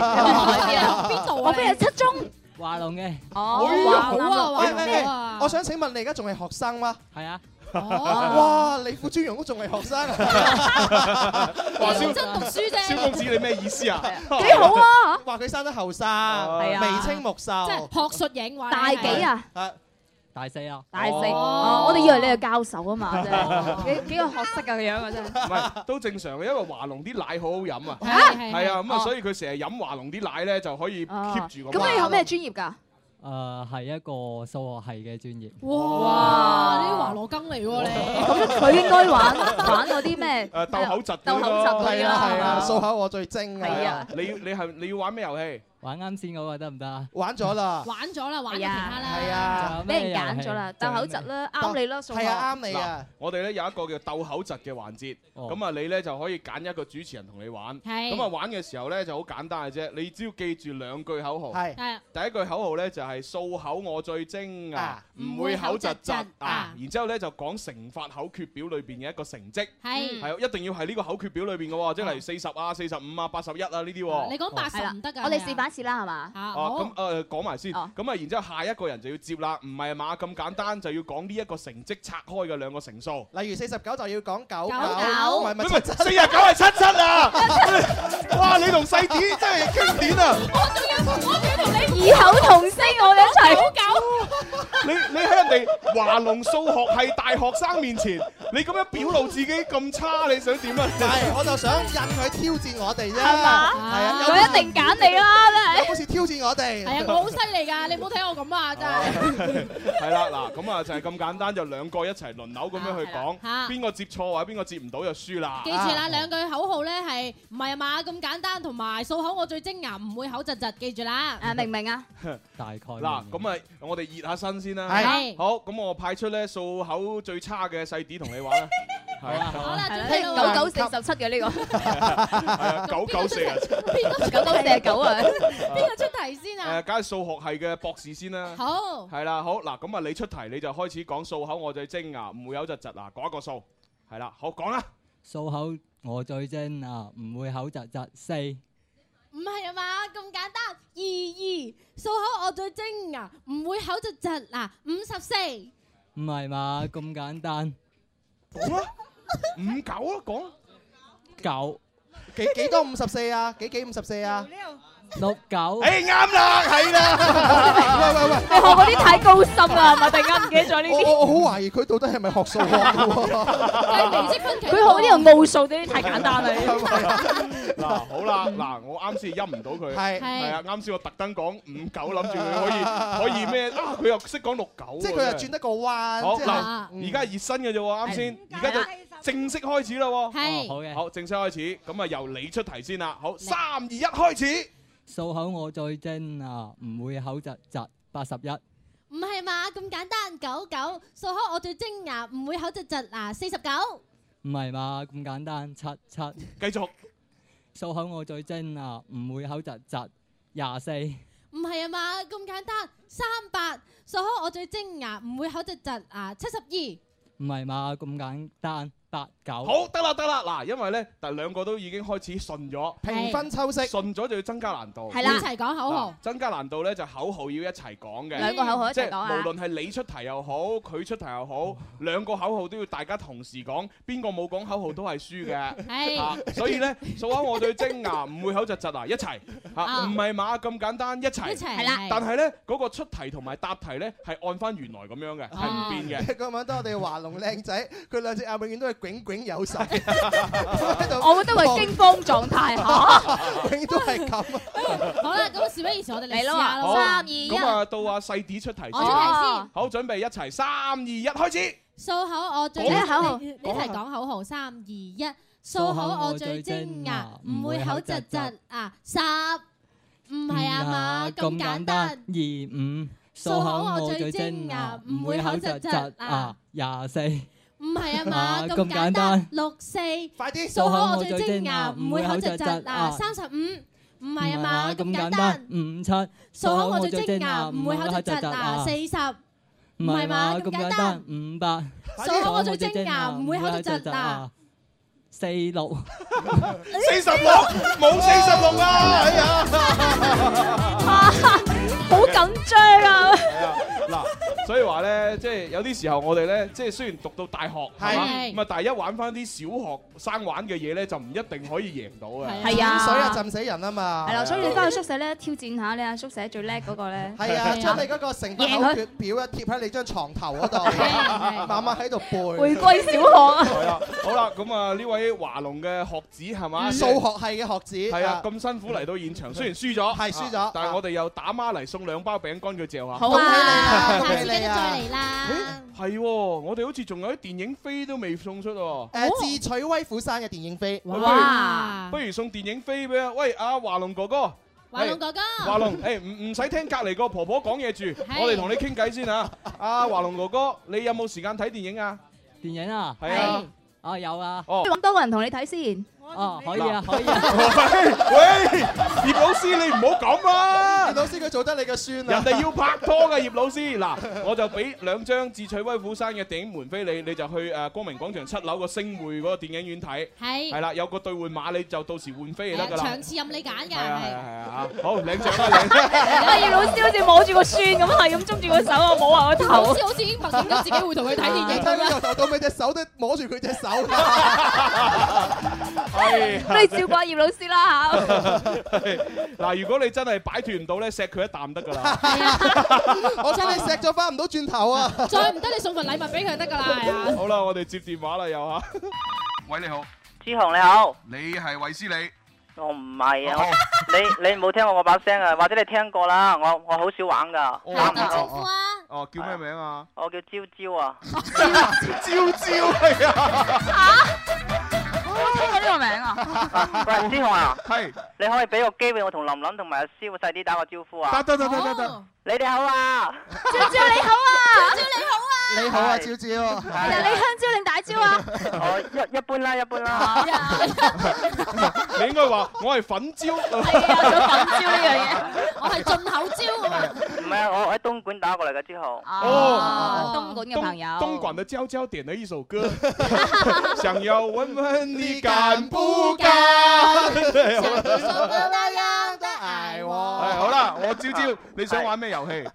Speaker 7: à?
Speaker 6: 邊度啊？我邊日七中。
Speaker 19: 華龍嘅，
Speaker 6: 哦
Speaker 7: 哎呀
Speaker 6: 華龍
Speaker 7: 好啊！喂
Speaker 6: 華龍
Speaker 7: 喂
Speaker 6: 好啊，
Speaker 7: 我想請問你而家仲係學生嗎？
Speaker 19: 係啊，
Speaker 7: 哇！你副尊容都仲係學生啊！
Speaker 5: 哇，
Speaker 7: 認
Speaker 5: 蕭
Speaker 7: 真讀書啫
Speaker 5: 蕭公子你咩意思啊？
Speaker 7: 幾好啊！話佢生得後生，眉清目秀，
Speaker 8: 即係學術影話
Speaker 6: 大幾啊？
Speaker 7: 啊！
Speaker 19: 大四啊，
Speaker 6: 大四，哦
Speaker 5: 哦
Speaker 6: 我哋以為你係教授啊嘛，真係幾幾個學識嘅樣啊，真係。
Speaker 5: 唔係都正常嘅，因為華龍啲奶好好飲啊，
Speaker 6: 係係
Speaker 5: 係啊，咁啊，
Speaker 6: 哦
Speaker 5: 所以佢成日飲華龍啲奶咧，就可以 keep 住咁。
Speaker 6: 咁你學咩專業㗎？
Speaker 19: 誒係一個數學系嘅專業，
Speaker 8: 哇！呢啲華羅庚嚟喎你，
Speaker 6: 咁佢應該玩玩 嗰啲咩？
Speaker 5: 誒鬥口窒
Speaker 6: 鬥口窒嗰啲
Speaker 7: 係
Speaker 6: 啦
Speaker 7: 啊係啊，
Speaker 6: 係嘛
Speaker 7: 數口我最精啊！
Speaker 5: 你要你係你要玩咩遊戲？
Speaker 19: 玩啱先嗰個得唔得啊？
Speaker 7: 玩咗啦
Speaker 8: 玩咗啦，玩咗其他啦，
Speaker 7: 係啊
Speaker 6: 俾人揀咗啦，鬥口窒啦，啱你啦，數學。
Speaker 5: 嗱！我哋咧有一個叫鬥口窒嘅環節，咁啊你咧就可以揀一個主持人同你玩。
Speaker 8: 係
Speaker 5: 咁啊玩嘅時候咧就好簡單嘅啫，你只要記住兩句口號。
Speaker 8: 係係
Speaker 5: 第一句口號咧就係數口我最精啊，唔會口窒窒啊。然之後咧就講乘法口訣表裏邊嘅一個成績。
Speaker 8: 係
Speaker 5: 係啊一定要係呢個口訣表裏邊嘅喎，即係例如四十啊、四十五啊、八十一啊呢啲喎。
Speaker 8: 你講八
Speaker 5: 啊
Speaker 8: 十唔得㗎，
Speaker 6: 我哋試版一次啦，係嘛？
Speaker 8: 啊
Speaker 5: 哦，咁誒講埋先，咁啊，然之後下一個人就要接啦，唔係嘛咁簡單，就要講呢一個成績拆開嘅兩個成數。
Speaker 7: 例如四十九就要講九九，
Speaker 5: 唔
Speaker 7: 唔係
Speaker 5: 係
Speaker 7: 唔係
Speaker 5: 唔係四廿九係七七啊！哇，你同細子真係經典啊！
Speaker 6: 異口同聲，我哋一齊。好
Speaker 5: 你你喺人哋華龍數學系大學生面前，你咁樣表露自己咁差，你想點啊？
Speaker 7: 係，我就想引佢挑戰我哋啫，
Speaker 8: 係嘛
Speaker 7: 係啊，有
Speaker 8: 佢一定揀你啦真係
Speaker 7: 有冇事挑戰我哋？
Speaker 8: 係啊，我好犀利㗎，你唔好睇我咁啊，真係。
Speaker 5: 係啦，嗱，咁啊就係咁簡單，就兩個一齊輪流咁樣去講
Speaker 8: 啊，
Speaker 5: 邊個接錯或者邊個接唔到就輸啦。
Speaker 8: 記住啦，兩句口號咧係唔係嘛咁簡單，同埋數口我最精牙，唔會口窒窒，記住啦。
Speaker 6: 誒明唔明啊？
Speaker 19: 大概
Speaker 5: 嗱，咁啊，我哋熱下身先啦。
Speaker 8: 係
Speaker 5: 好，咁我派出咧數口最差嘅細啲同你玩啦。係啊， 好啦
Speaker 6: 係啦九九四十七 嘅呢
Speaker 5: 係啊，九九四啊，
Speaker 6: 個，九九四十九 啊。
Speaker 8: 邊個出題先啊？
Speaker 5: 誒，梗係數學系嘅博士先啦。
Speaker 8: 好
Speaker 5: 係啦，好嗱，咁啊，你出題你就開始講數口，我最精啊，唔會有窒窒啊，講一個數。係啦，好講啦。
Speaker 19: 數口我最精啊，唔會口窒窒四。
Speaker 8: 唔係啊嘛，咁簡單。二二數口我最精牙，唔會口窒窒嗱，五十四。
Speaker 19: 唔係嘛，咁簡單。
Speaker 5: 講啊，五九啊，講
Speaker 19: 九
Speaker 7: 幾幾多五十四啊？幾幾五十四啊？
Speaker 19: 六九。誒
Speaker 5: 啱啦，係
Speaker 7: 啦。喂喂喂，
Speaker 6: 你學嗰啲太高深啦，係咪？突然間唔記得咗呢啲。
Speaker 7: 我我我好懷疑佢到底係咪學數學嘅喎？
Speaker 6: 佢學呢個奧數啲太 簡 單啦。
Speaker 5: 嗱，好啦，嗱，我啱先陰唔到佢，
Speaker 7: 係
Speaker 5: 係啊，啱先我特登講五九，諗住佢可以可以咩啊？佢又識講六九喎，
Speaker 7: 即係佢又
Speaker 5: 真
Speaker 7: 轉得個彎。
Speaker 5: 好
Speaker 7: 即係
Speaker 5: 嗱，而家係熱身嘅啫喎，啱先，而家就正式開始啦喎。
Speaker 19: 係哦好嘅
Speaker 5: 好正式開始，咁啊由你出題先啦。好，三二一開始。
Speaker 19: 數口我最精啊，唔會口窒窒八十一。
Speaker 8: 唔係嘛，咁簡單。九九數口我最精牙，唔會口窒窒嗱，四十九。
Speaker 19: 唔係嘛，咁簡單七七。
Speaker 5: 繼續。
Speaker 19: 數口我最精啊，唔會口窒窒廿四。
Speaker 8: 唔係啊嘛，咁簡單。三八數口我最精牙，唔會口窒窒啊，七十二。
Speaker 19: 唔係嘛，咁簡單八九。
Speaker 5: 好，得啦得啦，嗱，因為咧，但兩個都已經開始順咗，
Speaker 19: 平分
Speaker 7: 秋色，
Speaker 5: 順咗就要增加難度，
Speaker 8: 係啦一齊講口號
Speaker 5: 嗱，增加難度咧就口號要一齊講嘅，
Speaker 6: 兩個口號一齊
Speaker 5: 即係
Speaker 6: 講啊
Speaker 5: 無論係你出題又好，佢出題又好，
Speaker 8: 嗯
Speaker 5: 兩個口號都要大家同時講，邊個冇講口號都係輸嘅，
Speaker 8: 係
Speaker 5: 啊，所以咧，數下我對精牙唔會口窒窒啊，一齊嚇，
Speaker 8: 啊
Speaker 5: 唔係馬咁簡單，一齊，
Speaker 8: 一齊係啦
Speaker 5: 但係咧嗰個出題同埋答
Speaker 8: 哦
Speaker 5: 題咧係按翻原來咁樣嘅，係唔變 嘅。
Speaker 7: 咁樣都我哋華龍靚仔，佢兩隻眼永遠都係炯炯有神，喺度
Speaker 6: 我覺得佢驚慌狀態
Speaker 5: 啊
Speaker 6: 嚇
Speaker 7: 永遠都
Speaker 8: 哦
Speaker 7: 係咁。
Speaker 8: 好啦，咁啊事不宜遲，我哋嚟啊試
Speaker 6: 嚟咯
Speaker 8: 下啦，
Speaker 5: 好
Speaker 8: 三二一，
Speaker 5: 咁啊，到阿細啲出題先。
Speaker 8: 我出題先
Speaker 5: 好，準備一齊，三二一，開始。
Speaker 8: 數啊口我最
Speaker 5: 講口號
Speaker 8: 你你題講口號，三二一，數口我最精啊牙，唔會口窒窒啊，十唔係啊嘛，咁簡單。
Speaker 19: 二五，數
Speaker 8: 數
Speaker 19: 口
Speaker 8: 口我
Speaker 19: 我
Speaker 8: 最
Speaker 19: 最
Speaker 8: 精
Speaker 19: 精
Speaker 8: 啊
Speaker 19: 啊，
Speaker 8: 唔
Speaker 19: 唔
Speaker 8: 會
Speaker 19: 會
Speaker 8: 口
Speaker 19: 口
Speaker 8: 窒窒
Speaker 19: 窒窒
Speaker 8: 啊
Speaker 19: 啊，廿四，
Speaker 8: 唔係啊嘛，
Speaker 19: 啊
Speaker 8: 咁
Speaker 19: 咁
Speaker 8: 簡
Speaker 19: 簡
Speaker 8: 單
Speaker 19: 單。
Speaker 8: 六四，快
Speaker 7: 啲
Speaker 8: 數口我最精牙，唔會口窒窒啊。
Speaker 19: 啊
Speaker 8: 三十五，唔係啊嘛，咁
Speaker 19: 唔
Speaker 8: 簡
Speaker 19: 係咁簡
Speaker 8: 單
Speaker 19: 單。，五七，
Speaker 8: 數口我最精
Speaker 19: à,
Speaker 8: 牙，唔會口窒窒啊。
Speaker 19: 啊
Speaker 8: 四十，
Speaker 19: 唔
Speaker 8: 唔係嘛，
Speaker 19: 係嘛，
Speaker 8: 咁簡
Speaker 19: 咁簡
Speaker 8: 單
Speaker 19: 單。，五百，
Speaker 8: 數口我最精牙，啊唔會口窒窒啊。！
Speaker 19: 四六，
Speaker 5: 四十六，冇四十六啊！哎呀，
Speaker 6: 好緊張啊！
Speaker 5: 嗱，所以話咧，即係有啲時候我哋咧，即係雖然讀到大學係嘛
Speaker 7: 係
Speaker 5: 咁啊，但係一玩翻啲小學生玩嘅嘢咧，就唔一定可以贏到嘅。
Speaker 6: 係啊
Speaker 7: 水啊浸死人啊嘛。
Speaker 6: 係啦，所以你翻去宿舍咧，挑戰下你阿宿舍最叻嗰個咧。
Speaker 7: 係啊，將你嗰個成品
Speaker 6: 贏
Speaker 7: 口
Speaker 6: 佢
Speaker 7: 訣表啊貼喺你張床頭嗰
Speaker 6: 係
Speaker 7: 度，慢慢喺度背。
Speaker 6: 回歸小學啊
Speaker 5: 係啦，好啦，咁啊呢位華龍嘅學子係嘛？
Speaker 7: 嗯數學系嘅學子
Speaker 5: 係啊
Speaker 7: 啊，
Speaker 5: 咁辛苦嚟到現場，雖然輸咗，
Speaker 7: 係輸咗
Speaker 5: 啊但係我哋又打孖嚟送兩包餅乾佢嚼下。
Speaker 7: 好啊恭喜你啦恭
Speaker 8: à,
Speaker 5: 恭喜
Speaker 7: 喜
Speaker 5: 你
Speaker 7: 你啊
Speaker 5: 啦
Speaker 7: 啦
Speaker 5: 係喎，我哋好似仲有啲電影飛都未送出喎。
Speaker 8: 哦
Speaker 7: 誒，自取威虎山嘅電影飛。
Speaker 5: 不如不如送電影飛俾啊！喂，阿華龍哥哥。
Speaker 8: 華龍哥哥
Speaker 5: 喂華龍， 誒唔唔使聽隔離個婆婆講嘢住，我哋同你傾偈先啊！阿華龍哥哥，你有冇時間睇電影啊？
Speaker 19: 電影啊，
Speaker 5: 係啊，
Speaker 19: 啊有啊，
Speaker 5: 哦
Speaker 6: 揾多個人同你睇先。
Speaker 19: 哦可以啊，可 以啊。
Speaker 5: 喂，葉老師你唔好咁啊！葉
Speaker 7: 老師佢做得你嘅孫
Speaker 5: 人
Speaker 7: 啊！
Speaker 5: 哋要拍拖嘅葉老師，嗱， 我就俾兩張智取威虎山嘅電影門飛你，你就去誒光明廣場七樓個星匯嗰個電影院睇，
Speaker 8: 係
Speaker 5: 係啦，有個兑換碼你就到時換飛就
Speaker 8: 係
Speaker 5: 得
Speaker 8: 啊
Speaker 5: 㗎啦
Speaker 8: 場。次任你揀㗎，
Speaker 5: 係啊係
Speaker 8: 係
Speaker 5: 啊係啊，好領獎啦 領。
Speaker 6: 阿葉老師好似摸住個孫咁，係咁捉住個手啊，摸下個頭。
Speaker 8: 好似好似已經默認咗自己會同佢睇電影
Speaker 7: 你
Speaker 8: 咁
Speaker 7: 睇
Speaker 8: 啦
Speaker 7: 佢。由頭到尾隻手都摸住佢隻手。
Speaker 6: 不如照
Speaker 5: 係
Speaker 6: 顧阿葉老師啦嚇。
Speaker 5: 嗱，如果你真係擺脱唔到咧，錫佢一啖得㗎啦。
Speaker 7: 我真係錫咗翻唔到轉頭啊！
Speaker 8: 再唔得你送份禮物俾佢得㗎啦，係啊。
Speaker 5: 好啦，我哋接電話啦，又嚇。
Speaker 20: 喂，你好，
Speaker 21: 志雄你好，
Speaker 20: 你係衛斯理，
Speaker 21: 我唔係
Speaker 5: 哦
Speaker 21: 啊，我你你冇聽過我把聲啊，或者你聽過啦，我我好少玩噶，打唔到，
Speaker 5: 哦，叫咩名啊？
Speaker 21: 我叫朝朝啊，
Speaker 5: 朝朝係啊！
Speaker 21: 我聽過呢個名啊，喂，志雄啊，
Speaker 5: 係，
Speaker 21: 你可以俾個機會我同琳琳同埋阿蕭細啲打個招呼啊，
Speaker 5: 得得得得得，
Speaker 21: 你哋好啊，
Speaker 6: 朝朝你好啊！朝
Speaker 21: 你好啊，
Speaker 7: 你好啊，朝朝。
Speaker 6: 其實你香蕉定大蕉啊？
Speaker 21: 我一一般啦，一般啦，
Speaker 5: 你應該話我係粉椒。
Speaker 8: 我係進口椒啊嘛。
Speaker 21: 唔係啊，我喺東莞打過嚟嘅之後，
Speaker 5: 哦
Speaker 6: 東莞嘅朋友，
Speaker 5: 東莞的娇娇點了一首 歌，想要問問你敢不敢？係好啦係好啦，我朝朝你想玩咩遊戲？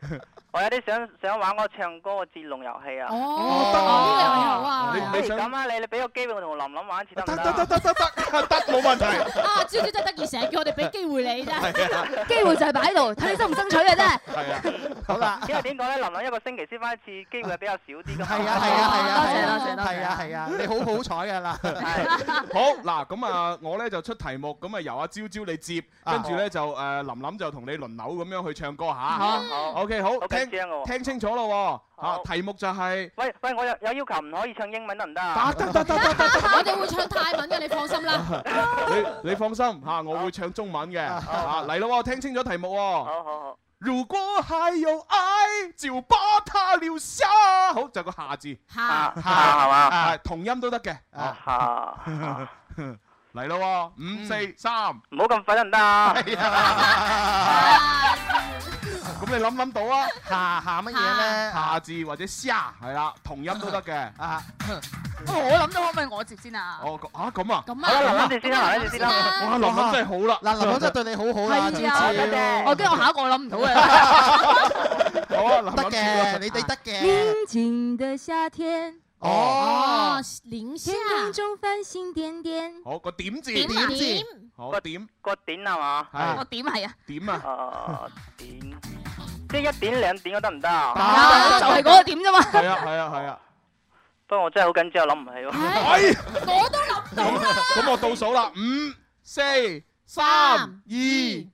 Speaker 21: 我有啲想想玩嗰個唱歌嘅節龍遊戲啊，
Speaker 5: 哦得啊呢個遊戲好啊你
Speaker 21: 不如
Speaker 5: 你想
Speaker 21: 咁啊，你你俾個機會我同琳琳玩一次得唔得？
Speaker 5: 得冇問題。
Speaker 8: 啊，朝朝真係得意，成日叫我哋俾機會你啫。
Speaker 6: 機會就係擺喺度，睇你爭唔爭取嘅啫。
Speaker 5: 係啊，
Speaker 21: 好啦，因為點講咧，琳琳一個星期先翻一次，機會係比較少啲噶。
Speaker 7: 係啊係啊係啊，
Speaker 21: 多謝
Speaker 7: 係啊
Speaker 21: 多謝多謝
Speaker 7: 係啊係啊，你好好彩㗎啦。
Speaker 5: 好嗱，咁啊，我咧就出題目，咁啊由阿朝朝你接，跟住咧就誒林林就同你輪流咁樣去唱歌嚇。OK，好，聽聽清楚咯喎，嚇題目就係。
Speaker 21: 喂喂，我有有要求唔可以唱英文得唔得啊？
Speaker 5: 得得得得得得，
Speaker 8: 我哋會唱泰文嘅，你放心啦。
Speaker 5: 你你放心嚇，我會唱中文嘅嚇，嚟咯喎，聽清楚題目喎。好
Speaker 21: 好好。
Speaker 5: 如果還有愛，就把它留下。好，就個下字。
Speaker 8: 下
Speaker 5: 下
Speaker 21: 係嘛
Speaker 5: 啊同音都得嘅。啊
Speaker 21: 下。
Speaker 5: 嚟咯喎，五四三，唔
Speaker 21: 好咁快得唔得啊？
Speaker 5: 係啊，咁你諗唔諗到啊？下下
Speaker 7: 嘢
Speaker 5: 乜
Speaker 7: 咧
Speaker 5: 下字或者沙係啦，同音都得嘅。啊，
Speaker 6: 我諗到可唔可以我接先啊？
Speaker 5: 哦，啊咁啊，
Speaker 6: 哦咁啊好啦林林你先啦林林你先啦
Speaker 5: 哇，林林真係好啦，
Speaker 7: 嗱林林真係對你好好啦，
Speaker 6: 係啊，
Speaker 7: 朝
Speaker 6: 多
Speaker 7: 朝。
Speaker 6: 謝。我跟住我下一個我諗唔到嘅。
Speaker 5: 好啊，林林
Speaker 7: 得嘅，你哋得嘅。
Speaker 6: 宁静的夏天，
Speaker 5: 哦，
Speaker 8: 零
Speaker 6: 天空中繁星點點。
Speaker 5: 好個點字，
Speaker 6: 點啊點，
Speaker 5: 好個點，
Speaker 21: 個點係嘛？
Speaker 5: 係
Speaker 6: 我
Speaker 8: 哦
Speaker 6: 點係啊？
Speaker 5: 點啊？
Speaker 21: 啊點，即係一點兩點都得唔得啊？
Speaker 6: 就係嗰個點啫嘛。
Speaker 5: 係啊係啊係啊，
Speaker 21: 不過我真係好緊張，諗唔起喎。
Speaker 5: 哎咁我倒數啦，五、四、三、二、一，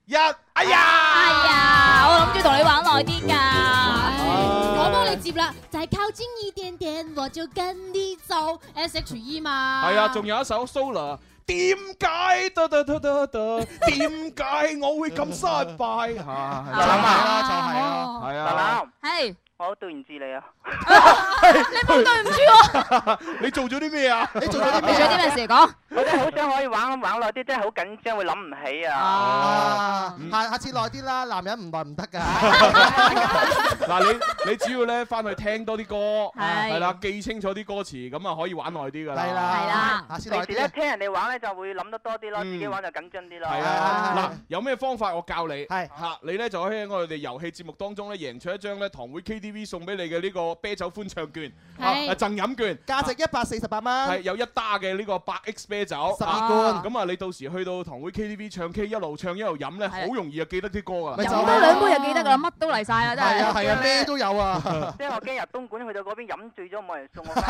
Speaker 5: 哎呀！
Speaker 6: 啊，我諗住同你玩耐啲㗎。
Speaker 8: 我幫你接啦，就係靠近一點點，我就跟你走。S H E 嘛，
Speaker 5: 係啊，仲有一首 Solar。點解得得得得得？點解我會咁失敗？啊嚇，就係啦，就係啦，係啊。
Speaker 6: 係，
Speaker 21: 我好對唔住你啊！
Speaker 6: 你冇對唔住我。
Speaker 5: 你做咗啲咩啊？你做咗
Speaker 6: 你做啲咩事講？
Speaker 21: 我真係好想可以玩玩耐啲，真係好緊張，會諗唔起啊！
Speaker 7: 啊，下下次耐啲啦，男人唔耐唔得㗎。
Speaker 5: 嗱，你你只要咧翻去聽多啲歌，
Speaker 21: 係
Speaker 5: 係啦，記清楚啲歌詞，咁啊可以玩耐啲㗎啦。
Speaker 7: 係啦係啦下次
Speaker 21: 平時咧聽人哋玩咧就會諗得多啲咯，自己玩就緊張啲咯。
Speaker 5: 係啊，嗱，有咩方法我教你？係嚇，你咧就可以喺我哋遊戲節目當中咧贏取一張咧堂會 KTV 送俾你嘅呢個啤酒歡唱券，
Speaker 7: 係
Speaker 5: 啊贈飲券，
Speaker 7: 價值一百四十八蚊。
Speaker 5: 係有一打嘅呢個百 X 啤酒，
Speaker 7: 啊十二罐
Speaker 5: 啊咁啊，你到時去到堂會 KTV 唱 K，一路唱一路飲咧，好容易就記得啲歌㗎啦。
Speaker 6: 飲多兩杯就記得㗎啦，乜都嚟晒啦，真係。
Speaker 7: 係啊係啊，咩都有啊。
Speaker 5: À.
Speaker 21: 即係我驚入東莞去到嗰邊飲醉咗，冇人送我。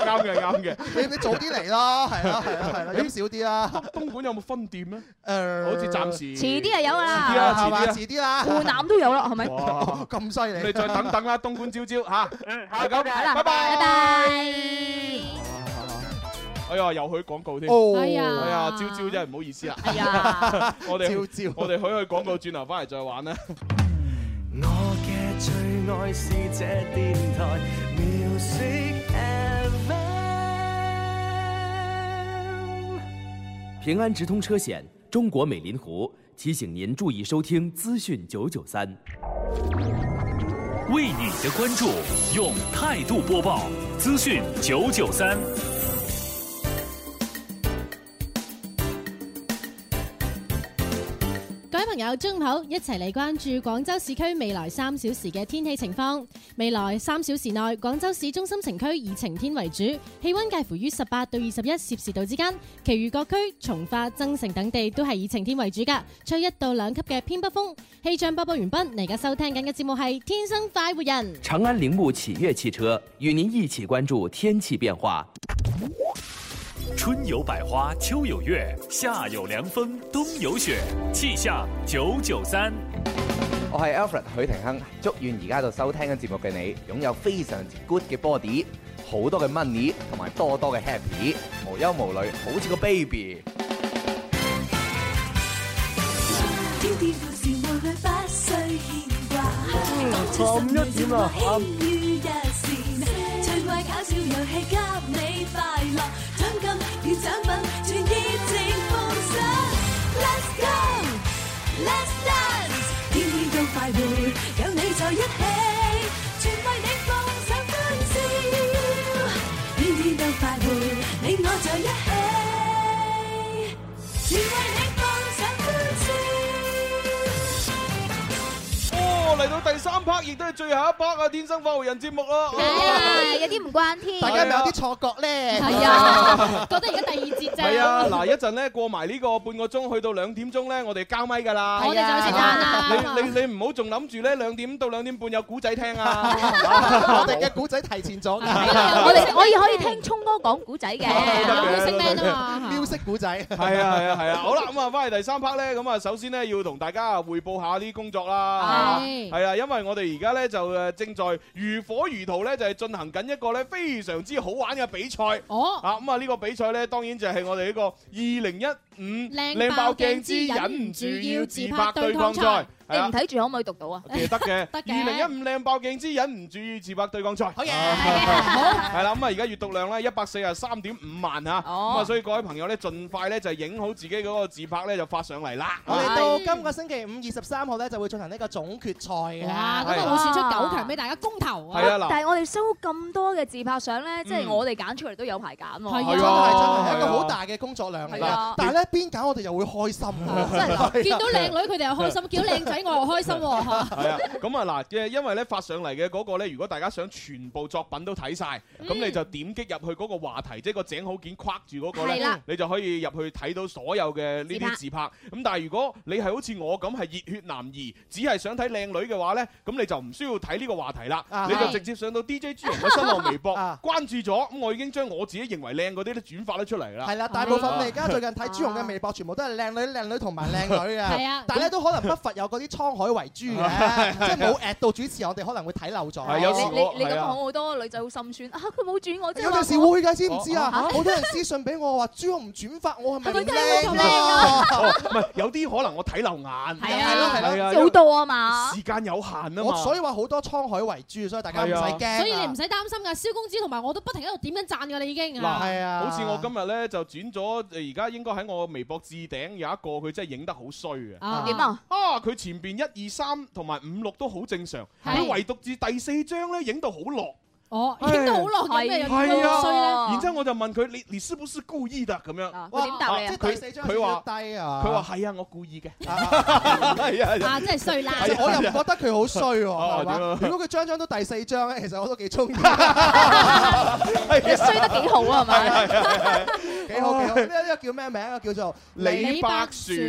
Speaker 5: 啱嘅，啱嘅。
Speaker 7: 你你早啲嚟啦，係啦，係啦，係啦，
Speaker 5: 你
Speaker 7: 飲少啲啦。
Speaker 5: 東莞有冇分店咧？
Speaker 7: 誒，
Speaker 5: 好似暫時
Speaker 6: 遲啲就啊有㗎啦
Speaker 5: 遲啲啦，
Speaker 7: 係
Speaker 5: 遲
Speaker 7: 嘛
Speaker 5: 啲啦，啊
Speaker 7: 遲啲啊啦
Speaker 6: 湖南都有啦，係咪？
Speaker 5: 哇，
Speaker 7: 咁 犀利！
Speaker 5: 你再等等啦，東莞朝朝嚇。
Speaker 21: 嗯，
Speaker 5: 好，咁，
Speaker 6: 好啦，
Speaker 5: 拜
Speaker 6: 拜
Speaker 5: 拜。
Speaker 6: 拜。
Speaker 5: 哎呀，又去廣告添。
Speaker 6: 哦哎呀
Speaker 5: 哎呀，朝朝真係唔好意思啊。
Speaker 6: 哎呀
Speaker 5: 我哋我哋去去廣告，轉頭翻嚟再玩啦。
Speaker 1: 我嘅最愛是這電台 Music FM。
Speaker 22: 平安直通车险，中国美林湖提醒您注意收听资讯九九三，
Speaker 18: 为 你的关注，用态度播报资讯九九三。
Speaker 8: 各位朋友，中午好，一齊嚟關注廣州市區未來三小時嘅天氣情況。未來三小時內，廣州市中心城區以晴天為主，氣温介乎於十八到二十一攝氏度之間，其餘各區從化、增城等地都係以晴天為主噶，吹一到兩級嘅偏北風。氣象播報完畢，你而家收聽緊嘅節目係《天生快活人》。
Speaker 22: 长安铃木启悦汽车与您一起关注天气变化。
Speaker 18: 春有百花，秋有月，夏有凉风，冬有雪。气象九九三，
Speaker 23: 我係 Alfred 許廷鏗，祝願而家度收聽緊節目嘅你，擁有非常之 good 嘅 body，好多嘅 money，同埋多多嘅 happy，無憂無慮，好似個 baby。
Speaker 7: 啊
Speaker 16: 天天故事無慮不需牽掛，講出心裏情話輕於一線，趣怪搞笑遊戲給你快樂，獎金與獎品全熱情奉上，Let's go，Let's dance，天天都快活，有你在一起，全為你奉上歡笑，天天都快活，你我在一起，全為你奉上歡笑。
Speaker 5: 哦，嚟到第三 part，亦都係最後一 part 啊！天生發育人節目啊！
Speaker 6: 有啲唔慣添。
Speaker 5: 大家咪有啲
Speaker 7: 錯覺咧
Speaker 6: 係 啊，覺得而家第二節啫。
Speaker 5: 係啊，嗱，一陣咧過埋呢個半個鐘，去到兩點鐘咧，我哋交咪㗎啦。
Speaker 6: 我哋就食飯啦
Speaker 5: 你你你唔好仲諗住咧，兩點到兩點半有古仔聽啊！
Speaker 7: 我 哋嘅古仔提前咗㗎。
Speaker 6: 我哋可以可以聽聰哥 講古仔嘅，
Speaker 5: 識咩啊嘛
Speaker 7: 喵式古仔。
Speaker 5: 係啊係啊係啊！好啦，咁啊，翻嚟第三 part 咧，咁啊，首先咧要同大家啊匯報下啲工作啦。
Speaker 7: 係
Speaker 5: 係啊，因為我哋而家咧就誒正在如火如荼咧，就係進行緊一個咧非常之好玩嘅比賽。
Speaker 8: 哦。
Speaker 5: 啊，咁啊呢個比賽咧，當然就係我哋呢個二零一五
Speaker 6: 靚爆鏡之忍唔住要自拍對抗賽
Speaker 5: 賽。
Speaker 6: 你唔睇住可唔可以讀到啊？
Speaker 5: 其實得嘅，
Speaker 6: 得嘅
Speaker 5: 二零一五靚爆鏡之忍唔住要自拍對抗賽，好嘢， 係啦，咁啊而家閱讀量咧一百四十三點五萬嚇，咁啊所以各位朋友咧，盡快咧就影好自己嗰個自拍咧就發上嚟啦。啊
Speaker 7: 我哋到今個星期五二十三號咧就會進行呢個總決賽嘅。
Speaker 8: À,
Speaker 5: 哇咁啊會選出九強
Speaker 6: 俾大家公投
Speaker 5: 啊係啊嗱
Speaker 6: 但係我哋收咁多嘅自拍相咧，即係我哋揀出嚟都有排揀喎。
Speaker 7: 啊係啊，真係真係一個好大嘅工作量嚟
Speaker 6: 係啊 Ờ.
Speaker 7: 㗎。但係咧，邊揀我哋又會開心啊
Speaker 5: 啊
Speaker 8: 真係嗱，見到靚女佢哋又開心，見到靚仔我又開心喎嚇。
Speaker 5: 係啊，咁啊嗱，即係因為咧發上嚟嘅嗰個咧，如果大家想全部作品都睇晒，咁
Speaker 8: 嗯
Speaker 5: 你就點擊入去嗰個話題，即係個井好件框住嗰個
Speaker 8: 係
Speaker 5: 咧
Speaker 8: 啦，
Speaker 5: 你就可以入去睇到所有嘅呢啲自
Speaker 8: 自
Speaker 5: 拍。咁但係如果你係好似我咁係熱血男兒，只係想睇靚女嘅話咧，咁你就唔需要睇呢個話題啦，
Speaker 7: 啊
Speaker 5: 你就
Speaker 7: 係啊
Speaker 5: 直接上到 DJ 朱紅嘅新浪 微博關注咗，咁我已經將我自己認為靚嗰啲都轉發咗出嚟啦。啊
Speaker 7: 係啦，大部分你而家最近睇朱紅嘅微博，全部都係靚女、靚女同埋靚女嘅。
Speaker 5: 係啊
Speaker 7: 但係咧都可能不乏有嗰啲滄海遺珠 嘅，即係冇 at 到主持人，我哋可能會睇漏咗。
Speaker 5: 係有時
Speaker 6: 你
Speaker 5: 我
Speaker 6: 你你咁
Speaker 5: 係啊
Speaker 6: 講，好多女仔好心酸啊！佢冇轉我啫嘛。
Speaker 7: 有陣時會㗎，知唔知啊？
Speaker 6: 啊
Speaker 7: 好多人私信俾我話啊朱紅唔轉發，我係咪
Speaker 6: 係咪
Speaker 7: 唔
Speaker 6: 真係
Speaker 7: 靚
Speaker 6: 好
Speaker 7: 啊？
Speaker 5: 哦唔係有啲可能我睇漏眼，
Speaker 7: 係咯係
Speaker 5: 係
Speaker 7: 咯
Speaker 5: 啊，
Speaker 7: 即係好
Speaker 6: 多啊嘛
Speaker 5: 時間有限啊嘛，
Speaker 7: 我所以話好多滄海遺珠，所以大家唔使
Speaker 5: 係啊
Speaker 7: 驚。
Speaker 8: 所以你唔使擔心㗎，蕭公子同埋我都不停喺度點緊讚㗎啦，已經。啊
Speaker 5: 嗱，
Speaker 7: 啊
Speaker 5: 好似我今日咧就轉咗，呃誒而家應該喺我微博置頂有一個佢真係影得好衰嘅。
Speaker 8: 啊
Speaker 6: 點啊？
Speaker 5: 啊，佢前邊一二三同埋五六都好正常，
Speaker 8: 係
Speaker 5: 佢唯獨至第四張咧影到好落。
Speaker 8: 哦，影到好落咁嘅，有
Speaker 5: 係啊
Speaker 8: 咁衰咧。
Speaker 5: 然之後我就問佢：你你是不是故意的咁樣？
Speaker 7: 佢點答你啊
Speaker 5: 啊
Speaker 7: 即係第
Speaker 5: 佢
Speaker 7: 四張
Speaker 5: 佢話
Speaker 7: 少少低啊
Speaker 5: 佢話係啊，我故意嘅。
Speaker 23: 哎
Speaker 5: 係
Speaker 8: 啊，真係衰啦！
Speaker 7: 其實我又唔覺得佢好衰喎，
Speaker 5: 啊哦
Speaker 7: 係
Speaker 5: 點啊
Speaker 7: 嘛？如果佢張張都第四張咧，其實我都幾 中意。
Speaker 5: 你
Speaker 7: 衰
Speaker 6: 得幾好啊係咪
Speaker 7: 幾好幾好，呢呢個叫咩名啊？叫做
Speaker 5: 李百璇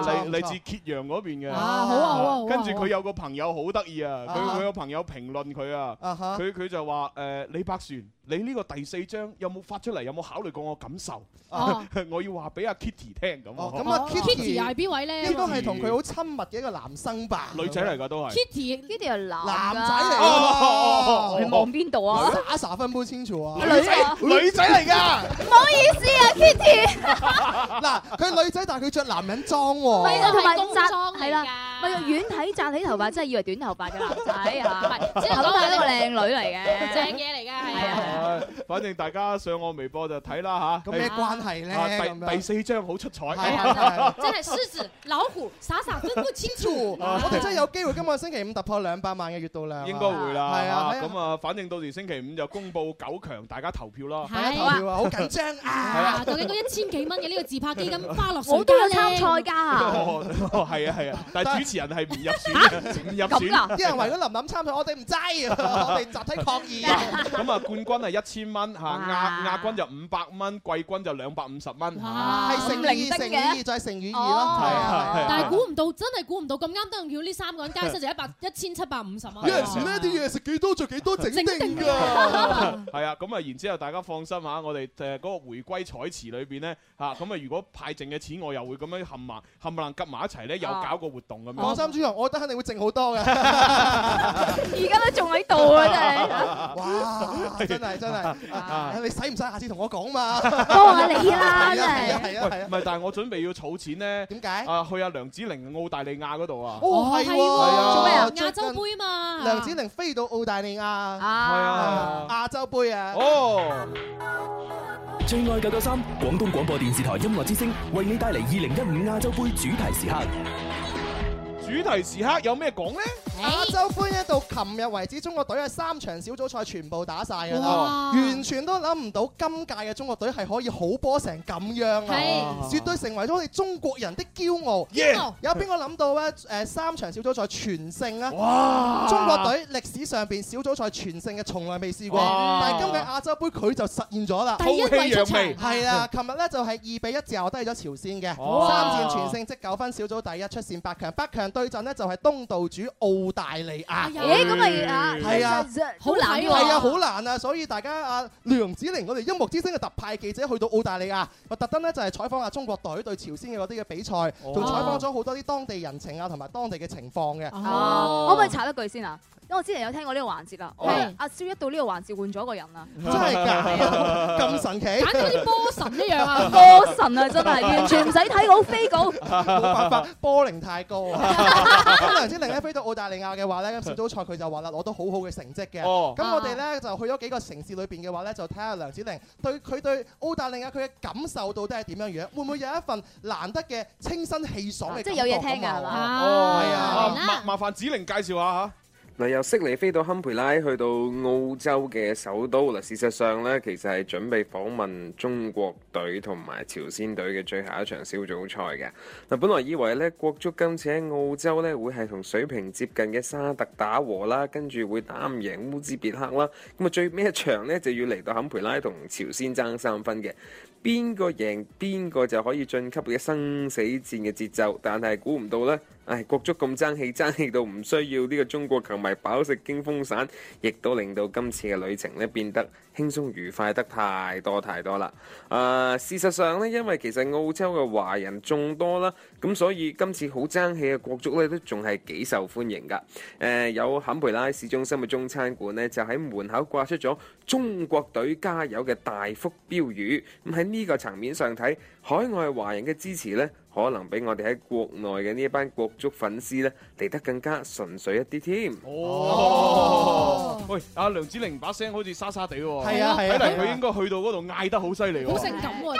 Speaker 7: 哦，
Speaker 5: 嚟
Speaker 7: 唔
Speaker 5: 嚟
Speaker 7: 錯
Speaker 5: 自揭陽嗰邊嘅。
Speaker 7: 啊好啊好啊好啊
Speaker 5: 跟住佢有個朋友好得意啊，佢
Speaker 7: 啊哈
Speaker 5: 佢有朋友評論佢啊
Speaker 7: 啊哈，
Speaker 5: 佢佢就話誒李百璇，你呢個第四張有冇發出嚟？有冇考慮過我感受
Speaker 7: 哦？
Speaker 5: 我要話俾阿 Kitty 聽咁。
Speaker 7: 哦咁啊，Kitty
Speaker 8: 又係邊位咧
Speaker 7: 應該係同佢好親密嘅一個男生吧？
Speaker 5: 女仔嚟㗎都係。
Speaker 6: Kitty 係男
Speaker 7: 男
Speaker 6: 㗎
Speaker 7: 仔嚟
Speaker 5: 哦哦
Speaker 7: 㗎
Speaker 5: 哦
Speaker 7: 喎，
Speaker 5: 你望
Speaker 6: 邊度啊
Speaker 7: 打哦傻分半清楚啊！
Speaker 6: 女仔啊
Speaker 5: 女仔嚟㗎
Speaker 6: 唔好意思啊，Kitty。
Speaker 7: 嗱，佢女仔，但係佢着哦男人裝喎。
Speaker 6: 係啊，同埋
Speaker 8: 工
Speaker 6: 扎
Speaker 8: 裝嚟
Speaker 6: 係啦，咪用遠睇扎起頭髮，真係以為短頭髮嘅男仔
Speaker 8: 唔
Speaker 6: 嚇，
Speaker 8: 係即係
Speaker 6: 咁
Speaker 8: 講
Speaker 6: 但係呢個
Speaker 8: 緊
Speaker 6: 靚女嚟嘅，
Speaker 8: 正嘢嚟㗎，係啊。
Speaker 5: 唉反正大家上我微博就睇啦吓。
Speaker 7: 咁咩
Speaker 5: 係
Speaker 7: 關係咧
Speaker 5: 啊
Speaker 7: 咁樣
Speaker 5: 第第四張好出彩
Speaker 7: 啊。
Speaker 8: 真係獅子、老虎，傻傻分不清 楚。
Speaker 7: 我哋真係有機會今個星期五突破兩百萬嘅閱讀量啊。
Speaker 5: 哦應該會啦，
Speaker 7: 係啊，係啊
Speaker 5: 咁啊，反正到時星期五就公佈九強，大家投票啦。
Speaker 8: 大家投票
Speaker 7: 啊好緊張
Speaker 8: 啊！究竟嗰一千幾蚊嘅呢個自拍基金花落
Speaker 6: 我都有參賽㗎。
Speaker 5: 哦，哦 係啊係啊，但係主持人係唔入 選嘅，唔入選。
Speaker 6: 啊
Speaker 7: 啲人圍咗琳琳參賽，我哋唔制，啊 我哋集體抗議。
Speaker 5: 咁啊，冠軍係一千蚊嚇，亞亞軍就五百蚊，季軍就兩百五十蚊。
Speaker 6: 啊
Speaker 7: 係乘以
Speaker 8: 咁
Speaker 7: 乘以
Speaker 8: 零得嘅
Speaker 7: 二再乘以二
Speaker 8: 哦
Speaker 7: 咯，係啊。係啊
Speaker 8: 但係估唔到，真係估唔到咁啱得咁巧呢三個人
Speaker 5: 啊
Speaker 8: 加起身就一百一千七百五十蚊。啊
Speaker 7: 呢啲嘢食幾多就幾多整定㗎。
Speaker 5: 係啊，咁啊，然之後大家放心嚇，我哋誒嗰個回歸彩池裏邊咧嚇，咁啊，如果派剩嘅錢，我又會咁樣冚埋冚唪唥夾埋一齊咧，又
Speaker 6: 哦
Speaker 5: 搞個活動咁樣。
Speaker 7: 放心，朱紅，我覺得肯定會剩好多嘅。
Speaker 6: 而家都仲喺度啊，真係。
Speaker 7: 哇！真 係 真係，啊你使唔使下次同我講嘛？
Speaker 6: 幫下你啦
Speaker 7: 係啊係啊係啊係
Speaker 5: 喂，
Speaker 7: 啊！
Speaker 5: 唔係，但係我準備要儲錢咧。
Speaker 7: 點解？
Speaker 5: 啊，去阿梁子玲澳大利亞嗰度啊。
Speaker 7: 哦係喎，
Speaker 8: 做咩啊？
Speaker 7: 最
Speaker 8: 亞
Speaker 7: 近
Speaker 8: 洲杯嘛，
Speaker 7: 梁子玲飛到澳大利亞，
Speaker 5: 啊
Speaker 7: 亞洲杯啊！
Speaker 5: 哦，
Speaker 22: 最愛九九三，廣東廣播電視台音樂之聲為你帶嚟二零一五亞洲杯主題時刻。
Speaker 5: 主題時刻有咩講咧？
Speaker 7: 亞洲杯咧到琴日為止，中國隊嘅三場小組賽全部打晒㗎
Speaker 5: 哇
Speaker 7: 啦，完全都諗唔到今屆嘅中國隊係可以好波成咁樣啊！
Speaker 5: 係
Speaker 7: 絕對成為咗我哋中國人的驕傲。
Speaker 5: 驕傲
Speaker 7: 有邊個諗到咧？誒三場小組賽全勝啊！
Speaker 5: 哇
Speaker 7: 中國隊歷史上邊小組賽全勝嘅從來未試過，
Speaker 5: 哇
Speaker 7: 但係今屆亞洲杯佢就實現咗啦。
Speaker 5: 第一位出場
Speaker 7: 係啊啦，琴日咧就係二比一掉低咗朝鮮嘅，
Speaker 6: 哦
Speaker 5: 哇
Speaker 7: 三戰全勝。正積九分，小組第一出線八強，八強對陣呢就係東道主澳大利亞。
Speaker 6: 哎呀咦咁咪啊
Speaker 7: 係啊
Speaker 6: 真係，好難喎
Speaker 7: 係啊，好難啊！所以大家啊，梁子玲我哋音樂之星嘅特派記者去到澳大利亞，我特登呢就係採訪下中國隊對朝鮮嘅嗰啲嘅比賽，
Speaker 6: 哦
Speaker 7: 仲採訪咗好多啲當地人情啊，同埋當地嘅情況嘅。
Speaker 6: 哦，可唔可以插一句先啊？因為我之前有聽過呢個環節啦，啊
Speaker 7: 係
Speaker 6: 係阿蕭一到呢個環節換咗個人啊啦，
Speaker 7: 真係 㗎，咁神奇，
Speaker 6: 簡直好似
Speaker 8: 波神一樣 啊
Speaker 6: 波神啊，真係完全唔使睇稿飛稿，
Speaker 7: 冇辦法，波齡太高 啊！咁梁子玲咧飛到澳大利亞嘅話咧，咁小組賽佢就話啦，攞到好好嘅成績嘅。
Speaker 5: 哦
Speaker 7: 咁我哋
Speaker 6: 啊
Speaker 7: 咧就去咗幾個城市裏邊嘅話咧，就睇下梁子玲對佢對澳大利亞佢嘅感受到底係點樣樣，會唔會有一份難得嘅清新氣爽嘅
Speaker 6: 即
Speaker 7: 感覺
Speaker 6: 係有
Speaker 7: 啊嘛？
Speaker 6: 嘢聽㗎係嘛？
Speaker 5: 哦，
Speaker 7: 係啊
Speaker 5: 麻麻煩子玲介紹下嚇。
Speaker 24: 嗱，由悉尼飛到堪培拉，去到澳洲嘅首都。嗱，事實上呢，其實係準備訪問中國隊同埋朝鮮隊嘅最後一場小組賽嘅。嗱，本來以為呢國足今次喺澳洲呢會係同水平接近嘅沙特打和啦，跟住會打唔贏烏茲別克啦。咁啊，最尾一場呢，就要嚟到堪培拉同朝鮮爭三分嘅。邊個贏邊個就可以晉級嘅生死戰嘅節奏，但係估唔到呢，唉，國足咁爭氣，爭氣到唔需要呢個中國球迷飽食驚風散，亦都令到今次嘅旅程呢變得輕鬆愉快得太多太多啦。啊、事實上呢，因為其實澳洲嘅華人眾多啦，咁所以今次好爭氣嘅國足呢都仲係幾受歡迎㗎。誒、有坎培拉市中心嘅中餐館呢，就喺門口掛出咗中國隊加油嘅大幅標語。咁喺呢個層面上睇，海外華人嘅支持呢，可能比我哋喺國內嘅呢一班國足粉絲呢嚟得更加純粹一啲添。
Speaker 5: 哦，喂，阿梁子玲把聲好似沙沙地喎，
Speaker 24: 係啊係啊
Speaker 5: 睇嚟佢應該去到嗰度嗌得好犀利喎，
Speaker 7: 好性感 努力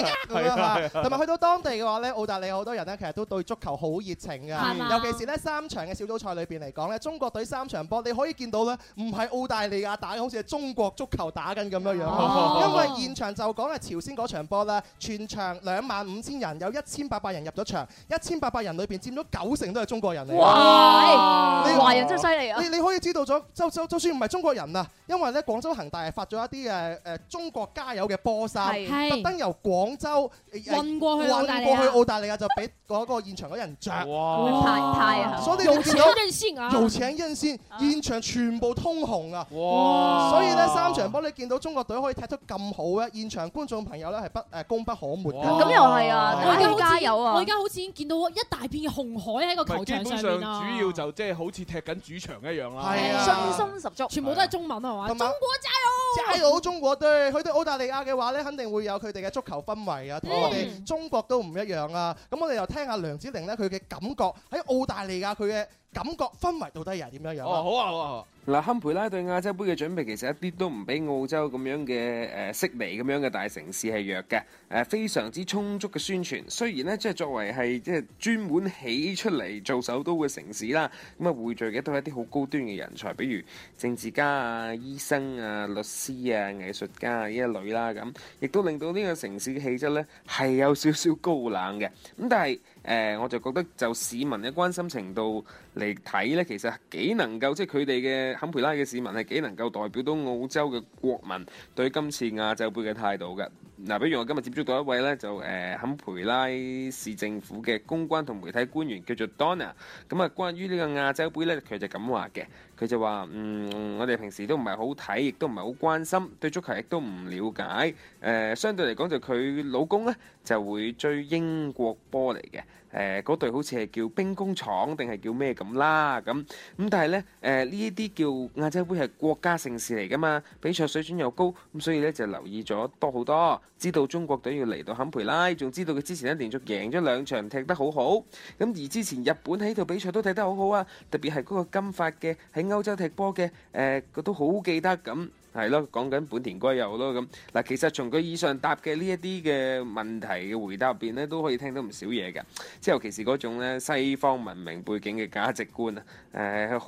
Speaker 7: 啊咁樣啊！
Speaker 5: 係啊
Speaker 7: 同埋去到當地嘅話咧，澳大利亞好多人咧，其實都對足球好熱情
Speaker 5: 係嘛
Speaker 7: 㗎。尤其是咧三場嘅小組賽裏邊嚟講咧，中國隊三場波，你可以見到咧，唔係澳大利亞打嘅，好似係中國足球打緊咁樣
Speaker 9: 哦
Speaker 7: 樣。因為現場就講係朝鮮嗰場波啦，全場兩萬五千人，有一千八百人入咗場，一千八百人裏邊佔咗九成都係中國人嚟。
Speaker 6: 哇
Speaker 7: 你
Speaker 6: 華人真係犀利啊
Speaker 7: 你你可以知道咗，就就就算唔係中國人啊，因為咧廣州恒大係發咗一啲誒誒中國加油嘅波衫，
Speaker 9: 係係
Speaker 7: 特登由廣州呃
Speaker 9: 運過去
Speaker 7: 運
Speaker 9: 澳大利亞
Speaker 7: 過去澳大利亞就俾嗰個現場嗰人着，
Speaker 9: 哇派派啊
Speaker 7: 所以你會見到
Speaker 9: 有請任性啊
Speaker 7: 有請任性，現場全部通紅啊！
Speaker 9: 哇
Speaker 7: 所以咧三場波你見到中國隊可以踢得咁好咧，現場觀眾朋友咧係不誒功不可沒嘅。
Speaker 6: 咁又係啊
Speaker 7: 係
Speaker 6: 大家
Speaker 8: 好似
Speaker 6: 加油啊
Speaker 8: 我而家好似已經見到一大片嘅紅海喺個
Speaker 5: 唔係
Speaker 8: 球
Speaker 5: 基
Speaker 8: 場
Speaker 5: 本
Speaker 8: 上面
Speaker 5: 上
Speaker 8: 啊！
Speaker 5: 主要就即係好似踢緊主場一樣啦，
Speaker 7: 係啊
Speaker 8: 信
Speaker 6: 心十足，
Speaker 8: 全部都係中文啊嘛！
Speaker 7: 同埋
Speaker 8: 中國加油！
Speaker 7: 加油中國隊！去到澳大利亞嘅話咧，肯定會有佢哋嘅足球氛圍啊，同我哋中國都唔一樣啊。咁我哋又聽下梁子玲咧，佢嘅感覺喺澳大利亞佢嘅感覺氛圍到底係點樣樣啊？
Speaker 5: 好啊，好啊。
Speaker 24: 嗱，堪培拉對亞洲杯嘅準備其實一啲都唔比澳洲咁樣嘅誒、呃悉尼咁樣嘅大城市係弱嘅，誒、非常之充足嘅宣傳。雖然呢，即係作為係即係專門起出嚟做首都嘅城市啦，咁啊匯聚嘅都係一啲好高端嘅人才，比如政治家啊、醫生啊、律師啊、藝術家啊呢一類啦，咁亦都令到呢個城市嘅氣質呢係有少少高冷嘅。咁但係誒、呃我就覺得就市民嘅關心程度嚟睇呢，其實幾能夠即係佢哋嘅坎培拉嘅市民係幾能夠代表到澳洲嘅國民對今次亞洲杯嘅態度嘅。嗱，比如我今日接觸到一位呢，就誒、呃坎培拉市政府嘅公關同媒體官員叫做 Donna，咁啊關於呢個亞洲杯呢，佢就咁話嘅，佢就話嗯我哋平時都唔係好睇，亦都唔係好關心，對足球亦都唔了解，誒、相對嚟講就佢老公呢，就會追英國波嚟嘅。誒嗰隊好似係叫兵工廠定係叫咩咁啦咁咁，但係呢，誒呢一啲叫亞洲杯係國家盛事嚟噶嘛，比賽水準又高，咁所以呢，就留意咗多好多，知道中國隊要嚟到坎培拉，仲知道佢之前呢連續贏咗兩場，踢得好好。咁而之前日本喺度比賽都踢得好好啊，特別係嗰個金髮嘅喺歐洲踢波嘅誒，佢都好記得咁。係咯，講緊本田圭佑咯咁。嗱，其實從佢以上答嘅呢一啲嘅問題嘅回答入邊咧，都可以聽到唔少嘢嘅。即係尤其是嗰種咧西方文明背景嘅價值觀啊，誒、好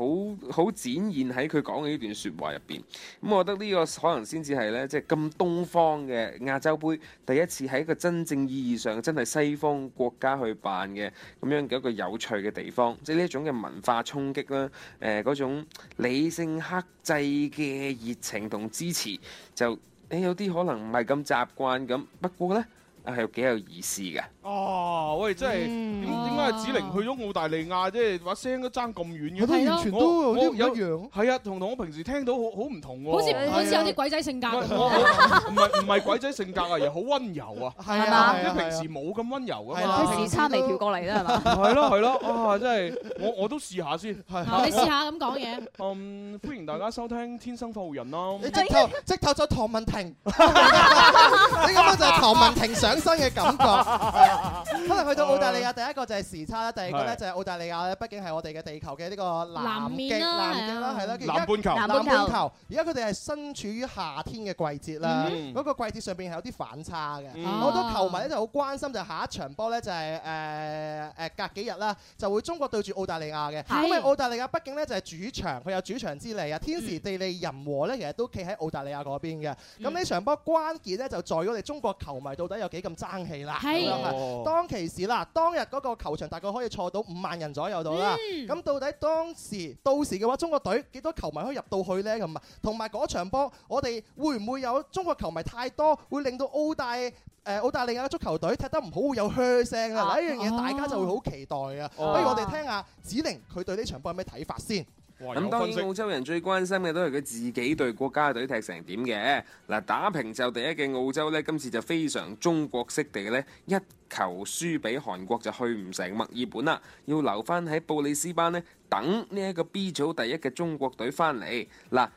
Speaker 24: 好展現喺佢講嘅呢段説話入邊。咁、我覺得呢個可能先至係咧，即係咁東方嘅亞洲杯第一次喺一個真正意義上真係西方國家去辦嘅咁樣嘅一個有趣嘅地方。即係呢一種嘅文化衝擊啦，誒、嗰種理性克制嘅熱情同支持，就誒、有啲可能唔係咁習慣咁，不過呢，啊係幾有意思嘅。
Speaker 5: 哦，喂，真係
Speaker 8: 嗯
Speaker 5: 點點解子玲去咗澳大利亞，即係把聲都爭咁遠嘅？
Speaker 7: 我都完全都有啲唔一啊
Speaker 5: 樣。係啊，同同我平時聽到好好唔同喎。
Speaker 8: 好似好似有啲
Speaker 5: 鬼。
Speaker 8: 鬼仔性格
Speaker 5: 唔
Speaker 8: 咁
Speaker 5: 啊 係我我唔係唔係鬼仔性格啊，又好温柔啊，
Speaker 7: 係啊
Speaker 5: 係
Speaker 7: 係
Speaker 5: 嘛
Speaker 7: 啊係
Speaker 5: 即係
Speaker 7: 啊
Speaker 5: 平時冇咁温柔噶
Speaker 7: 係啊
Speaker 5: 嘛
Speaker 7: 啦。
Speaker 6: 佢時差未調過嚟啦，係嘛？
Speaker 5: 係咯係咯，啊真係我我都試下先。
Speaker 8: 啊你試下咁講嘢。
Speaker 5: 嗯，歡迎大家收聽《天生發號人》啦。
Speaker 7: 你直頭直頭就唐文婷，你咁樣就係唐文婷上上身嘅感覺。係啊 可能去到澳大利亞，第一個就係時差啦，第二個咧
Speaker 5: 係
Speaker 7: 就係澳大利亞咧，畢竟係我哋嘅地球嘅呢個
Speaker 5: 南
Speaker 7: 南極，
Speaker 5: 面啦
Speaker 7: 南極啦，
Speaker 5: 係
Speaker 7: 係
Speaker 5: 啊
Speaker 7: 啦。跟住而家
Speaker 5: 南半球
Speaker 7: 南
Speaker 5: 南半
Speaker 7: 半
Speaker 5: 球
Speaker 7: 球。而家佢哋係身處於夏天嘅季節啦，
Speaker 5: 嗯
Speaker 7: 嗰個季節上邊係有啲反差嘅。
Speaker 5: 嗯
Speaker 7: 好多球迷咧就好關心，就係下一場波咧就係誒誒隔幾日啦，就會中國對住澳大利亞嘅。
Speaker 5: 係
Speaker 7: 咁啊，澳大利亞畢竟咧就係主場，佢有主場之利啊，天時地利人和咧，其實都企喺澳大利亞嗰邊嘅。咁呢場波關鍵咧就在於我哋中國球迷到底有幾咁爭氣啦。
Speaker 5: 係
Speaker 7: 咁樣啊
Speaker 5: 哦
Speaker 7: 當其時啦，當日嗰個球場大概可以坐到五萬人左右到啦。咁、到底當時到時嘅話，中國隊幾多球迷可以入到去呢？咁啊，同埋嗰場波，我哋會唔會有中國球迷太多，會令到澳大誒、呃澳大利亞嘅足球隊踢得唔好，會有噓聲
Speaker 16: 哦
Speaker 7: 啊！嗱，呢樣嘢大家就會好期待啊！
Speaker 24: 哦
Speaker 7: 不如我哋聽下子玲佢對呢場波有咩睇法先。
Speaker 24: 咁當然澳洲人最關心嘅都係佢自己對國家隊踢成點嘅。嗱，打平就第一嘅澳洲呢，今次就非常中國式地呢，一球輸俾韓國就去唔成墨爾本啦，要留翻喺布里斯班呢，等呢一個 B 組第一嘅中國隊翻嚟。嗱，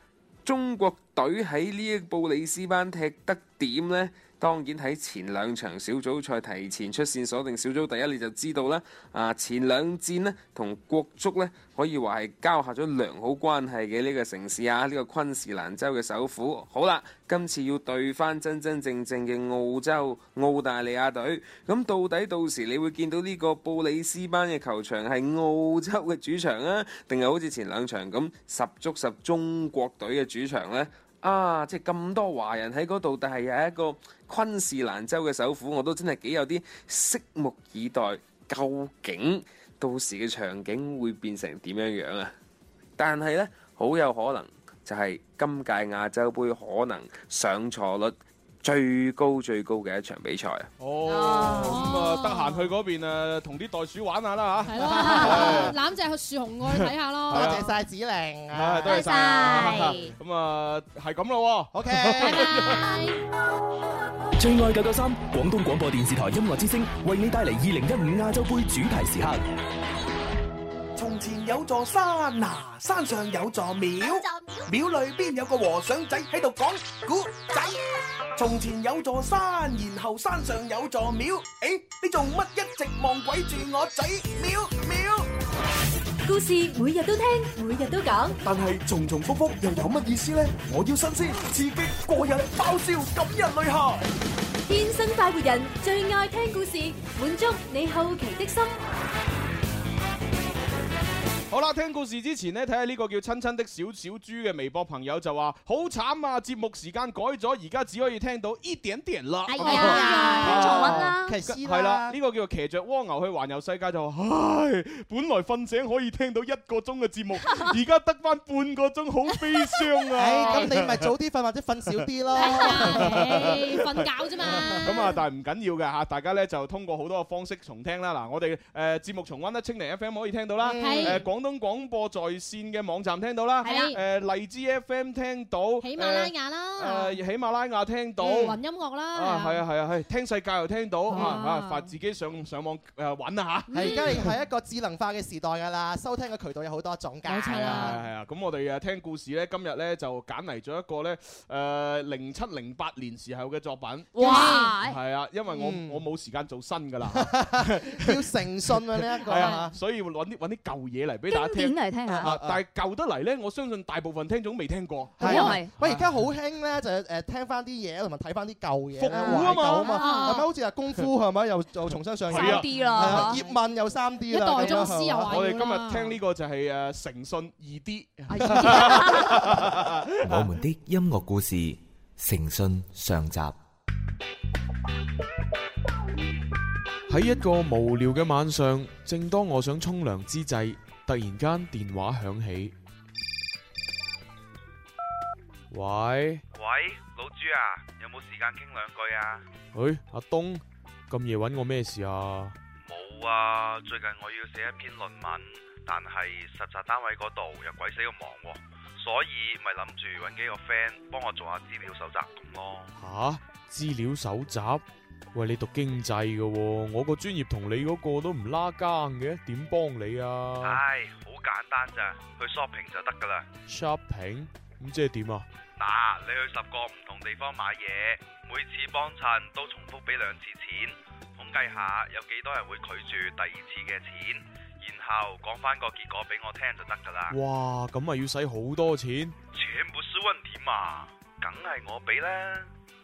Speaker 24: 中國隊喺呢一布里斯班踢得點呢？當然喺前兩場小組賽提前出線鎖定小組第一，你就知道啦。啊，前兩戰呢，同國足呢，可以話係交下咗良好關係嘅呢個城市啊，呢、個昆士蘭州嘅首府。好啦，今次要對翻真真正正嘅澳洲澳大利亞隊，咁到底到時你會見到呢個布里斯班嘅球場係澳洲嘅主場啊，定係好似前兩場咁十足十中國隊嘅主場呢？啊，即係咁多華人喺嗰度，但係係一個昆士蘭州嘅首府，我都真係幾有啲拭目以待，究竟到時嘅場景會變成點樣樣啊？但係呢，好有可能就係今屆亞洲杯可能上座率最高最高嘅一場比賽啊！
Speaker 5: 哦，咁啊，得閒去嗰邊啊，同啲袋鼠玩下啦啊嚇。係
Speaker 8: 咯，攬隻樹熊過去睇下咯。
Speaker 5: 多謝
Speaker 7: 晒子玲
Speaker 5: 啊，多謝晒啊。 咁啊，係咁咯
Speaker 7: 喎。OK，
Speaker 22: 最愛九九三，廣東廣播電視台音樂之聲為你帶嚟二零一五亞洲杯主題時刻。
Speaker 3: 從前有座山啊，山上有座廟，廟裏邊有個和尚仔喺度講古仔。從前有座山，然後山上有座廟，誒、你做乜一直望鬼住我仔？廟廟。
Speaker 4: 故事每日都聽，每日都講。
Speaker 3: 但係重重複複又有乜意思呢？我要新鮮、刺激、過癮、爆笑、感人淚下。
Speaker 4: 天生快活人最愛聽故事，滿足你好奇的心。
Speaker 5: 好啦，聽故事之前呢，睇下呢個叫親親的小小豬嘅微博朋友就話：好慘啊！節目時間改咗，而家只可以聽到一點點啦。哦
Speaker 6: 哎呀聽重溫啦騎師啦
Speaker 5: 係啦，呢個叫騎着蝸牛去環遊世界就話：唉，本來瞓醒可以聽到一個鐘嘅節目，而家得翻半個鐘，好悲傷
Speaker 7: 唉
Speaker 5: 啊！
Speaker 7: 咁你咪早啲瞓或者瞓少啲 咯。
Speaker 8: 啊瞓覺啫嘛。
Speaker 5: 咁啊，但係唔緊要嘅嚇，大家咧就通過好多嘅方式重聽啦。嗱，我哋誒節目重温咧，清零 FM 可以聽到啦，
Speaker 8: 嗯係
Speaker 5: 誒廣東廣播在線嘅網站聽到啦，
Speaker 8: 係啦
Speaker 5: 誒荔枝 FM 聽到，
Speaker 8: 喜馬拉雅啦
Speaker 5: 誒喜馬拉雅聽到。
Speaker 8: 嗯雲音樂啦。
Speaker 5: 啊，係啊，係啊，係聽世界又聽到啊
Speaker 7: 啊
Speaker 5: 啊，發自己上上網誒揾啊嚇，
Speaker 7: 係而家係一個智能化嘅時代㗎啦，收聽嘅渠道有好多種㗎。冇
Speaker 5: 係啊係啊，咁我哋誒聽故事咧，今日咧就揀嚟咗一個咧誒零七零八年時候嘅作品。
Speaker 7: 哇
Speaker 5: 係啊，因為我
Speaker 7: 嗯
Speaker 5: 我冇時間做新㗎啦，
Speaker 7: 要誠信啊呢一個
Speaker 5: 係啊，所以揾啲揾啲舊嘢嚟俾大家聽。
Speaker 7: 經典嚟聽下
Speaker 5: 啊但係舊得嚟咧，我相信大部分聽眾未聽過。
Speaker 7: 係啊，喂，而家好興咧，就係誒聽翻啲嘢同埋睇翻啲舊嘢，
Speaker 5: 復古
Speaker 7: 懷
Speaker 5: 啊嘛
Speaker 7: 舊啊嘛，
Speaker 5: 啊
Speaker 7: 係咪好似係功夫係咪又又重新上映
Speaker 5: 係啊 3D 啦
Speaker 7: 係啊葉問又三 D 啦，咁樣係嘛
Speaker 5: 我哋今日聽呢個就係誒誠信二 D。
Speaker 25: 我們的音樂故事《誠信上集》。
Speaker 26: 喺一個無聊嘅晚上，正當我想沖涼之際，突然間電話響起。喂，
Speaker 27: 喂，老朱啊，有冇時間傾兩句啊？
Speaker 26: 喂，哎阿東，咁夜揾我咩事啊？
Speaker 27: 冇啊，最近我要寫一篇論文，但係實習單位嗰度又鬼死咁忙喎、所以咪諗住揾幾個 friend 幫我做下資料搜集咁咯。
Speaker 26: 吓、資料搜集？喂，你讀經濟嘅喎，我個專業同你嗰個都唔拉更嘅，點幫你啊
Speaker 27: 哦唉，好簡單咋，去 shopping 就得噶啦。
Speaker 26: ？Shopping 咁即係點啊？
Speaker 27: 嗱，你去十個唔同地方買嘢，每次幫襯都重複俾兩次錢，統計下有幾多人會拒絕第二次嘅錢，然後講翻個結果俾我聽就得噶啦。
Speaker 26: 哇，咁咪要使好多錢？
Speaker 27: 全部是問題嘛，梗係我俾啦，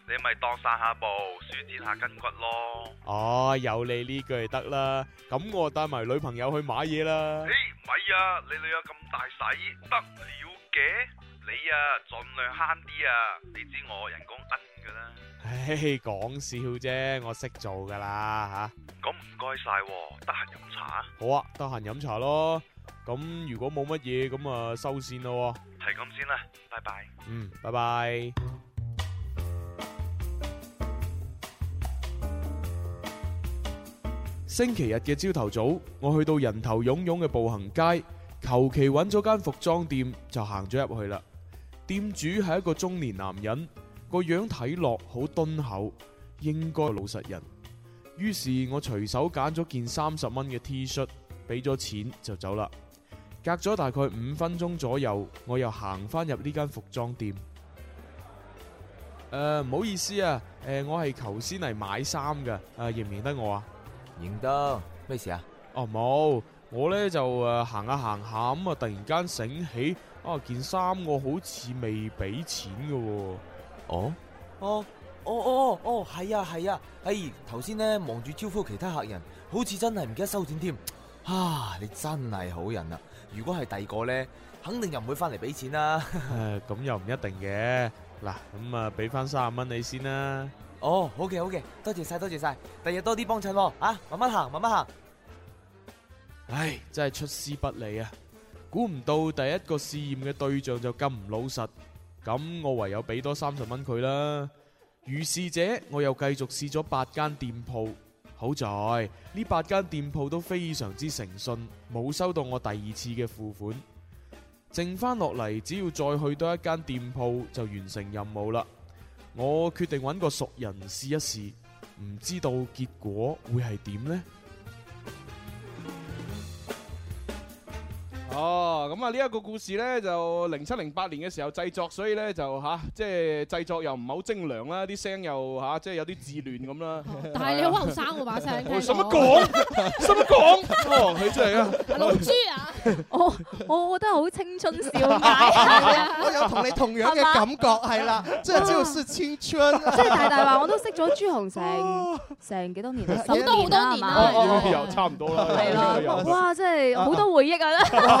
Speaker 27: 你咪當散下步，舒展下筋骨咯。
Speaker 26: 哦，有你呢句就得啦。咁我帶埋女朋友去買嘢啦
Speaker 27: 誒，。唔係啊，你女友咁大使得了嘅，你啊盡量慳啲啊，你知我人工奀噶啦。
Speaker 26: 唉，講笑啫，我識做噶啦
Speaker 27: 咁唔該晒喎，得閒飲茶啊，
Speaker 26: 吓。好啊，得閒飲茶咯。咁如果冇乜嘢，咁啊收線咯喎。
Speaker 27: 係咁先啦，拜拜。
Speaker 26: 嗯，拜拜。星期日嘅朝頭早，我去到人頭涌涌嘅步行街，求其揾咗間服裝店就行咗入去啦。店主係一個中年男人，個樣睇落好敦厚，應該老實人。於是我隨手揀咗件三十蚊嘅 T 恤，俾咗錢就走啦。隔咗大概五分鐘左右，我又行翻入呢間服裝店。誒、唔好意思啊，誒、我係求先嚟買衫噶，誒、認唔認得我啊？認得，咩事啊？哦，冇，我呢就誒、行下行下咁啊，突然間醒起，啊件衫我好似未俾錢嘅喎、哦？
Speaker 14: 哦哦哦哦，係啊係啊，哎頭先呢，忙住招呼其他客人，好似真係唔記得收錢添。啊，你真係好人啊！如果係第二個呢，肯定又唔會翻嚟俾錢啦。
Speaker 26: 誒，咁又唔一定嘅。嗱，咁啊，俾翻三十蚊你先啦。
Speaker 14: 哦，好嘅好嘅，多謝晒多謝晒，第日多啲幫襯喎。啊，慢慢行慢慢行。
Speaker 26: 唉，真係出師不利啊！估唔到第一個試驗嘅對象就咁唔老實，咁我唯有俾多三十蚊佢啦。如是者，我又繼續試咗八間店鋪，好在呢八間店鋪都非常之誠信，冇收到我第二次嘅付款。剩翻落嚟，只要再去多一間店鋪就完成任務啦。我決定揾個熟人試一試，唔知道結果會係點呢？
Speaker 5: 哦，咁啊呢一個故事呢，就零七零八年嘅時候製作，所以呢，就吓，即係製作又唔係好精良啦，啲聲又吓，即係有啲自亂咁啦。
Speaker 10: 但係你好 後生喎把聲聽
Speaker 5: 我使乜
Speaker 10: 講
Speaker 5: 講？使乜講？哦，佢 真係啊！
Speaker 6: 老朱啊！我我覺得好青春少
Speaker 7: 啊
Speaker 6: 奶。
Speaker 7: 我有同你同樣嘅感覺，係啦，即係只要是青春。
Speaker 6: 即係大大話，我都識咗朱紅成成幾多年啦，
Speaker 7: 好多
Speaker 6: 10啦
Speaker 7: 好多年啦
Speaker 6: 係嘛
Speaker 5: 哦哦又差唔多啦。
Speaker 6: 係
Speaker 5: 又
Speaker 6: 咯，哇！真係好多回憶啊！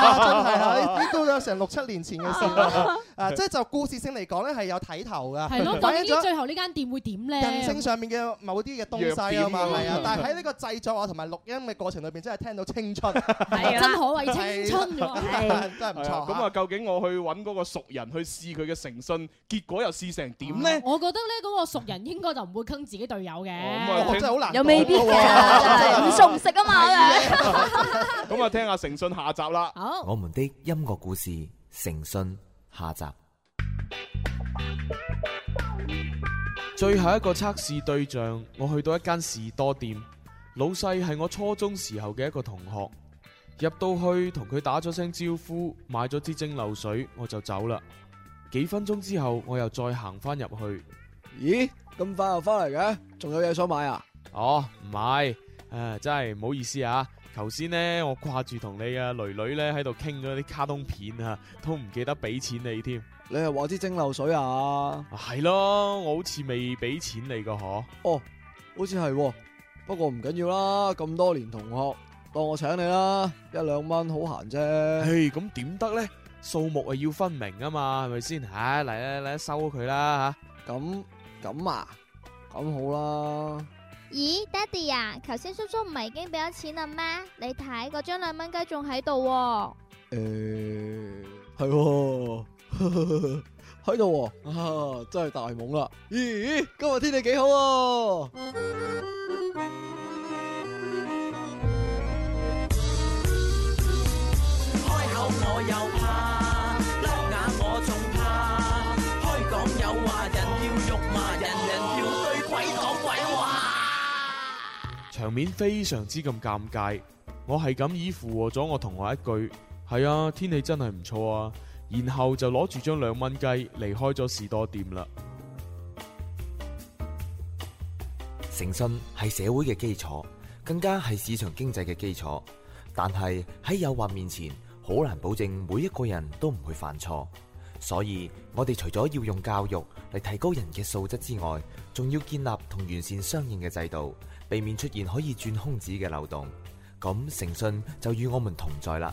Speaker 7: 哇！真係啊，呢啲都有成六七年前嘅事啦。啊，即係就故事性嚟講咧，係有睇頭噶。
Speaker 8: 係咯，
Speaker 7: 反映
Speaker 8: 究竟
Speaker 7: 咗
Speaker 8: 最後呢間店會點咧？
Speaker 7: 人性上面嘅某啲嘅東西啊嘛，
Speaker 8: 弱點
Speaker 7: 係啊。但係喺呢個製作啊同埋錄音嘅過程裏邊，真係聽到青春，
Speaker 8: 啦真可謂青 春喎
Speaker 7: 係啊真係唔錯
Speaker 5: 係啊
Speaker 7: 嚇
Speaker 5: 咁啊，究竟我去揾嗰個熟人去試佢嘅誠信，結果又試成點呢？
Speaker 8: 我覺得咧，嗰個熟人應該就唔會坑自己隊友嘅。
Speaker 5: 咁啊聽
Speaker 6: 又未必㗎，真係唔熟唔食啊嘛，可能。
Speaker 5: 咁啊，聽下誠信下集啦。
Speaker 25: 我們的音樂故事誠信下集。
Speaker 26: 最後一個測試對象，我去到一間士多店，老細係我初中時候嘅一個同學。入到去同佢打咗聲招呼，買咗支蒸餾水，我就走啦。幾分鐘之後，我又再行翻入去。咦，咁快又翻嚟嘅？仲有嘢想買啊？哦，唔買，誒，真係唔好意思啊。頭先呢，我掛住同你啊女女呢喺度傾咗啲卡通片啊，都唔記得俾錢你添。
Speaker 12: 你係話支蒸餾水啊？
Speaker 26: 係咯，我好似未俾錢你個嗬。
Speaker 12: 哦，好似係喎，不過唔緊要啦，咁多年同學，當我請你啦，一兩蚊好閒啫。
Speaker 26: 唉，咁點得呢？數目啊要分明啊嘛，係咪先？唉，嚟嚟嚟，收咗佢啦
Speaker 12: 吓。咁咁啊，咁好啦。
Speaker 13: 咦，爹哋啊，頭先叔叔唔係已經俾咗錢啦咩？你睇嗰張兩蚊雞仲喺度喎。
Speaker 12: 诶，係喎， 喺度喎，啊，真係大懵啦！咦，今日天氣幾好喎。
Speaker 1: 開口我又怕，甩眼我仲怕。開講有話，人要辱罵，人人要對鬼講鬼話。
Speaker 26: 場面非常之咁尷尬，我係咁依附和咗我同學一句：係啊，天氣真係唔錯啊，然後就攞住張兩蚊雞離開咗士多店啦。
Speaker 14: 誠信係社會嘅基礎，更加係市場經濟嘅基礎。但係喺誘惑面前，好難保證每一個人都唔會犯錯。所以我哋除咗要用教育嚟提高人嘅素質之外，仲要建立同完善相應嘅制度，避免出現可以轉空子嘅漏洞。咁誠信就與我們同在啦。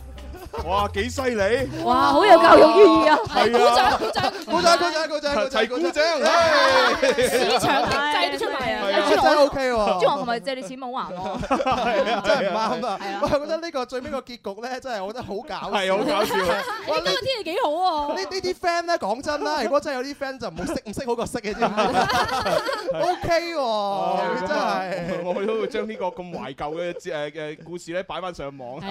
Speaker 5: 哇，幾犀利！
Speaker 6: 哇好有教育意義啊
Speaker 5: 係啊，
Speaker 6: 鼓掌
Speaker 7: 鼓掌鼓掌鼓掌鼓掌
Speaker 5: 齊鼓掌！
Speaker 7: 市場
Speaker 5: 經
Speaker 7: 濟都出埋啊
Speaker 6: 係
Speaker 7: 真哎係 OK 喎
Speaker 6: 哎朱紅係咪借你錢冇還我？
Speaker 7: 真係唔啱啊！我係覺得呢個最尾個結局咧，真係我覺得好搞笑，
Speaker 5: 係好搞笑啊
Speaker 7: 哇！
Speaker 10: 呢個天氣幾好喎
Speaker 7: 呢呢啲 friend 咧，講真啦，如果真係有啲 friend 就唔好識 唔識好過識嘅啫。OK
Speaker 5: 哦
Speaker 7: 喎，哦真係。
Speaker 5: 我我都會將呢個咁懷舊嘅誒嘅故事咧擺翻上網。
Speaker 6: 你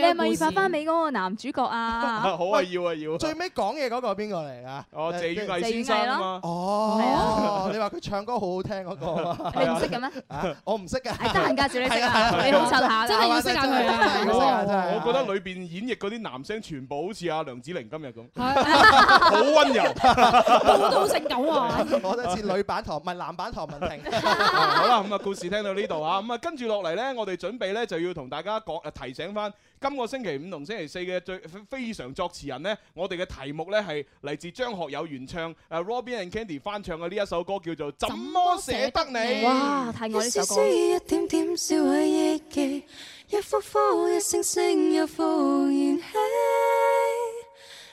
Speaker 6: 係咪要發翻俾嗰個男主角 啊？
Speaker 5: 好啊，要啊，要啊。
Speaker 7: 最尾講嘢嗰個係邊個嚟啊？
Speaker 5: 哦謝宇藝先
Speaker 6: 生啊嘛
Speaker 7: 哦，你話佢唱歌好好聽嗰個啊？
Speaker 6: 你唔識嘅咩
Speaker 7: 啊？我唔識嘅。
Speaker 6: 得閒介紹你識啊
Speaker 7: 係係係
Speaker 6: 你好襯下㗎真係要識下佢啊
Speaker 7: 真係要識下真係
Speaker 5: 我覺得裏邊演繹嗰啲男聲全部好似阿梁子玲今日咁， 好温柔，
Speaker 7: 報
Speaker 10: 道性狗啊
Speaker 7: 我覺得似女版唐，唔係男版唐文婷。
Speaker 5: 好啦，咁啊故事聽到呢度啊，咁啊跟住落嚟咧，我哋準備咧就要同大家講呃提醒翻，今個星期五同星期四嘅最非常作詞人咧，我哋嘅題目咧係嚟自張學友原唱誒呃 Robin and Candy 翻唱嘅呢一首歌叫做《怎麼捨得你》。
Speaker 6: 哇太愛呢首歌
Speaker 16: 一絲絲一點點燒毀憶記，一幅幅一聲聲又復燃起。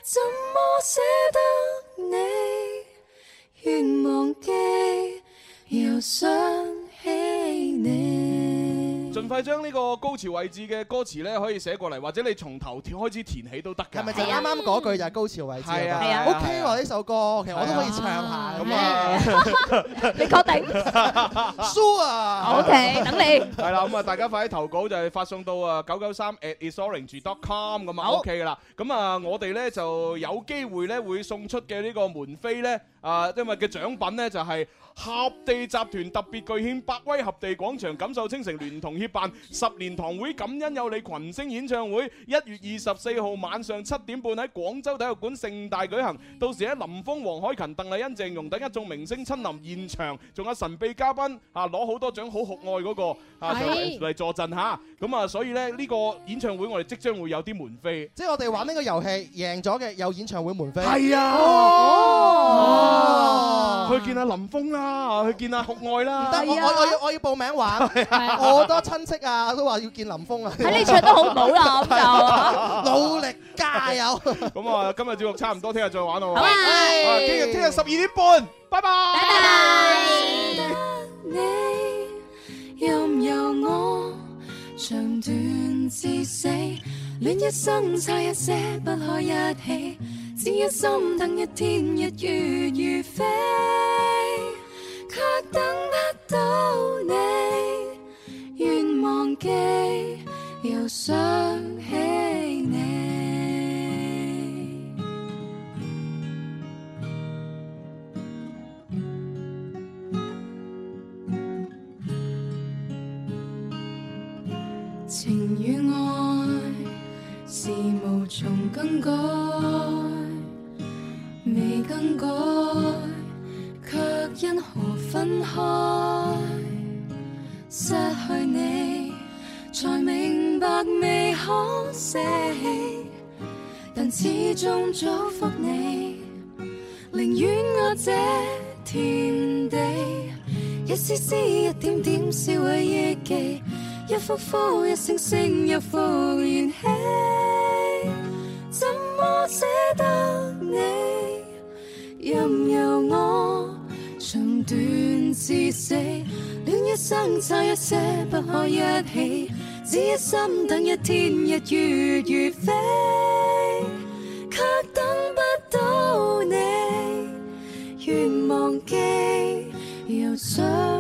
Speaker 16: 怎麼捨得你？願忘記，又想起你。
Speaker 5: 盡快將呢個高潮位置嘅歌詞咧，可以寫過嚟，或者你從頭跳開始填起都得㗎。係啊咪
Speaker 7: 就啱啱嗰句就係高潮位置。
Speaker 5: 係啊
Speaker 7: 我覺得
Speaker 5: 係啊
Speaker 7: OK 喎呢首歌，其實我都可以唱下。
Speaker 5: 咁啊，
Speaker 6: 你確 定？
Speaker 7: Sure。
Speaker 6: OK，等你。
Speaker 5: 係啦，咁啊，大家快啲投稿就係發送到啊九九三 at isorange.com 咁啊
Speaker 6: 好
Speaker 5: ，OK 噶啦。咁啊，我哋咧就有機會咧會送出嘅呢個門飛咧，啊，因為嘅獎品咧就係。合地集團特別巨獻百威合地廣場錦繡青城聯同協辦十年堂會感恩有你群星演唱會，一月二十四號晚上七點半喺廣州體育館盛大舉行。到時咧，林峰、黃海芹、鄧麗欣、鄭融等一眾明星親臨現場，仲有神秘嘉賓啊，攞好多獎，好酷愛嗰、個啊，就嚟
Speaker 7: 係
Speaker 5: 嚟助陣嚇。咁啊，所以咧呢、呢個演唱會我哋即將會有啲門飛。
Speaker 7: 即係我哋玩呢個遊戲，贏咗嘅有演唱會門飛。
Speaker 5: 係啊
Speaker 7: 哦，
Speaker 5: 去見阿林峰啦，去見阿酷愛啦。
Speaker 7: 得我我我要我要報名玩，我好多親戚啊都話要見林峰啊。
Speaker 5: 睇你唱得好唔好 啦咁就
Speaker 7: 努力加油。
Speaker 5: 啊咁啊，今日節目差唔多，聽日再玩咯。
Speaker 7: 好啊
Speaker 5: 啊聽日聽日十二點半，拜拜。
Speaker 16: 任由我長短至死，戀一生差一些不可一起，只一心等一天日月如飛，卻等不到你，願忘記又想起你。情與愛是無從更改，未更改，卻因何分開？失去你，才明白未可捨棄，但始終祝福你，寧願我這天地，一絲絲一點點燒毀憶記。一幅幅一聲聲又復燃起，怎麼捨得你？任由我長短至死，戀一生差一些不可一起，只一心等一天日月如飛，卻等不到你，願忘記又想。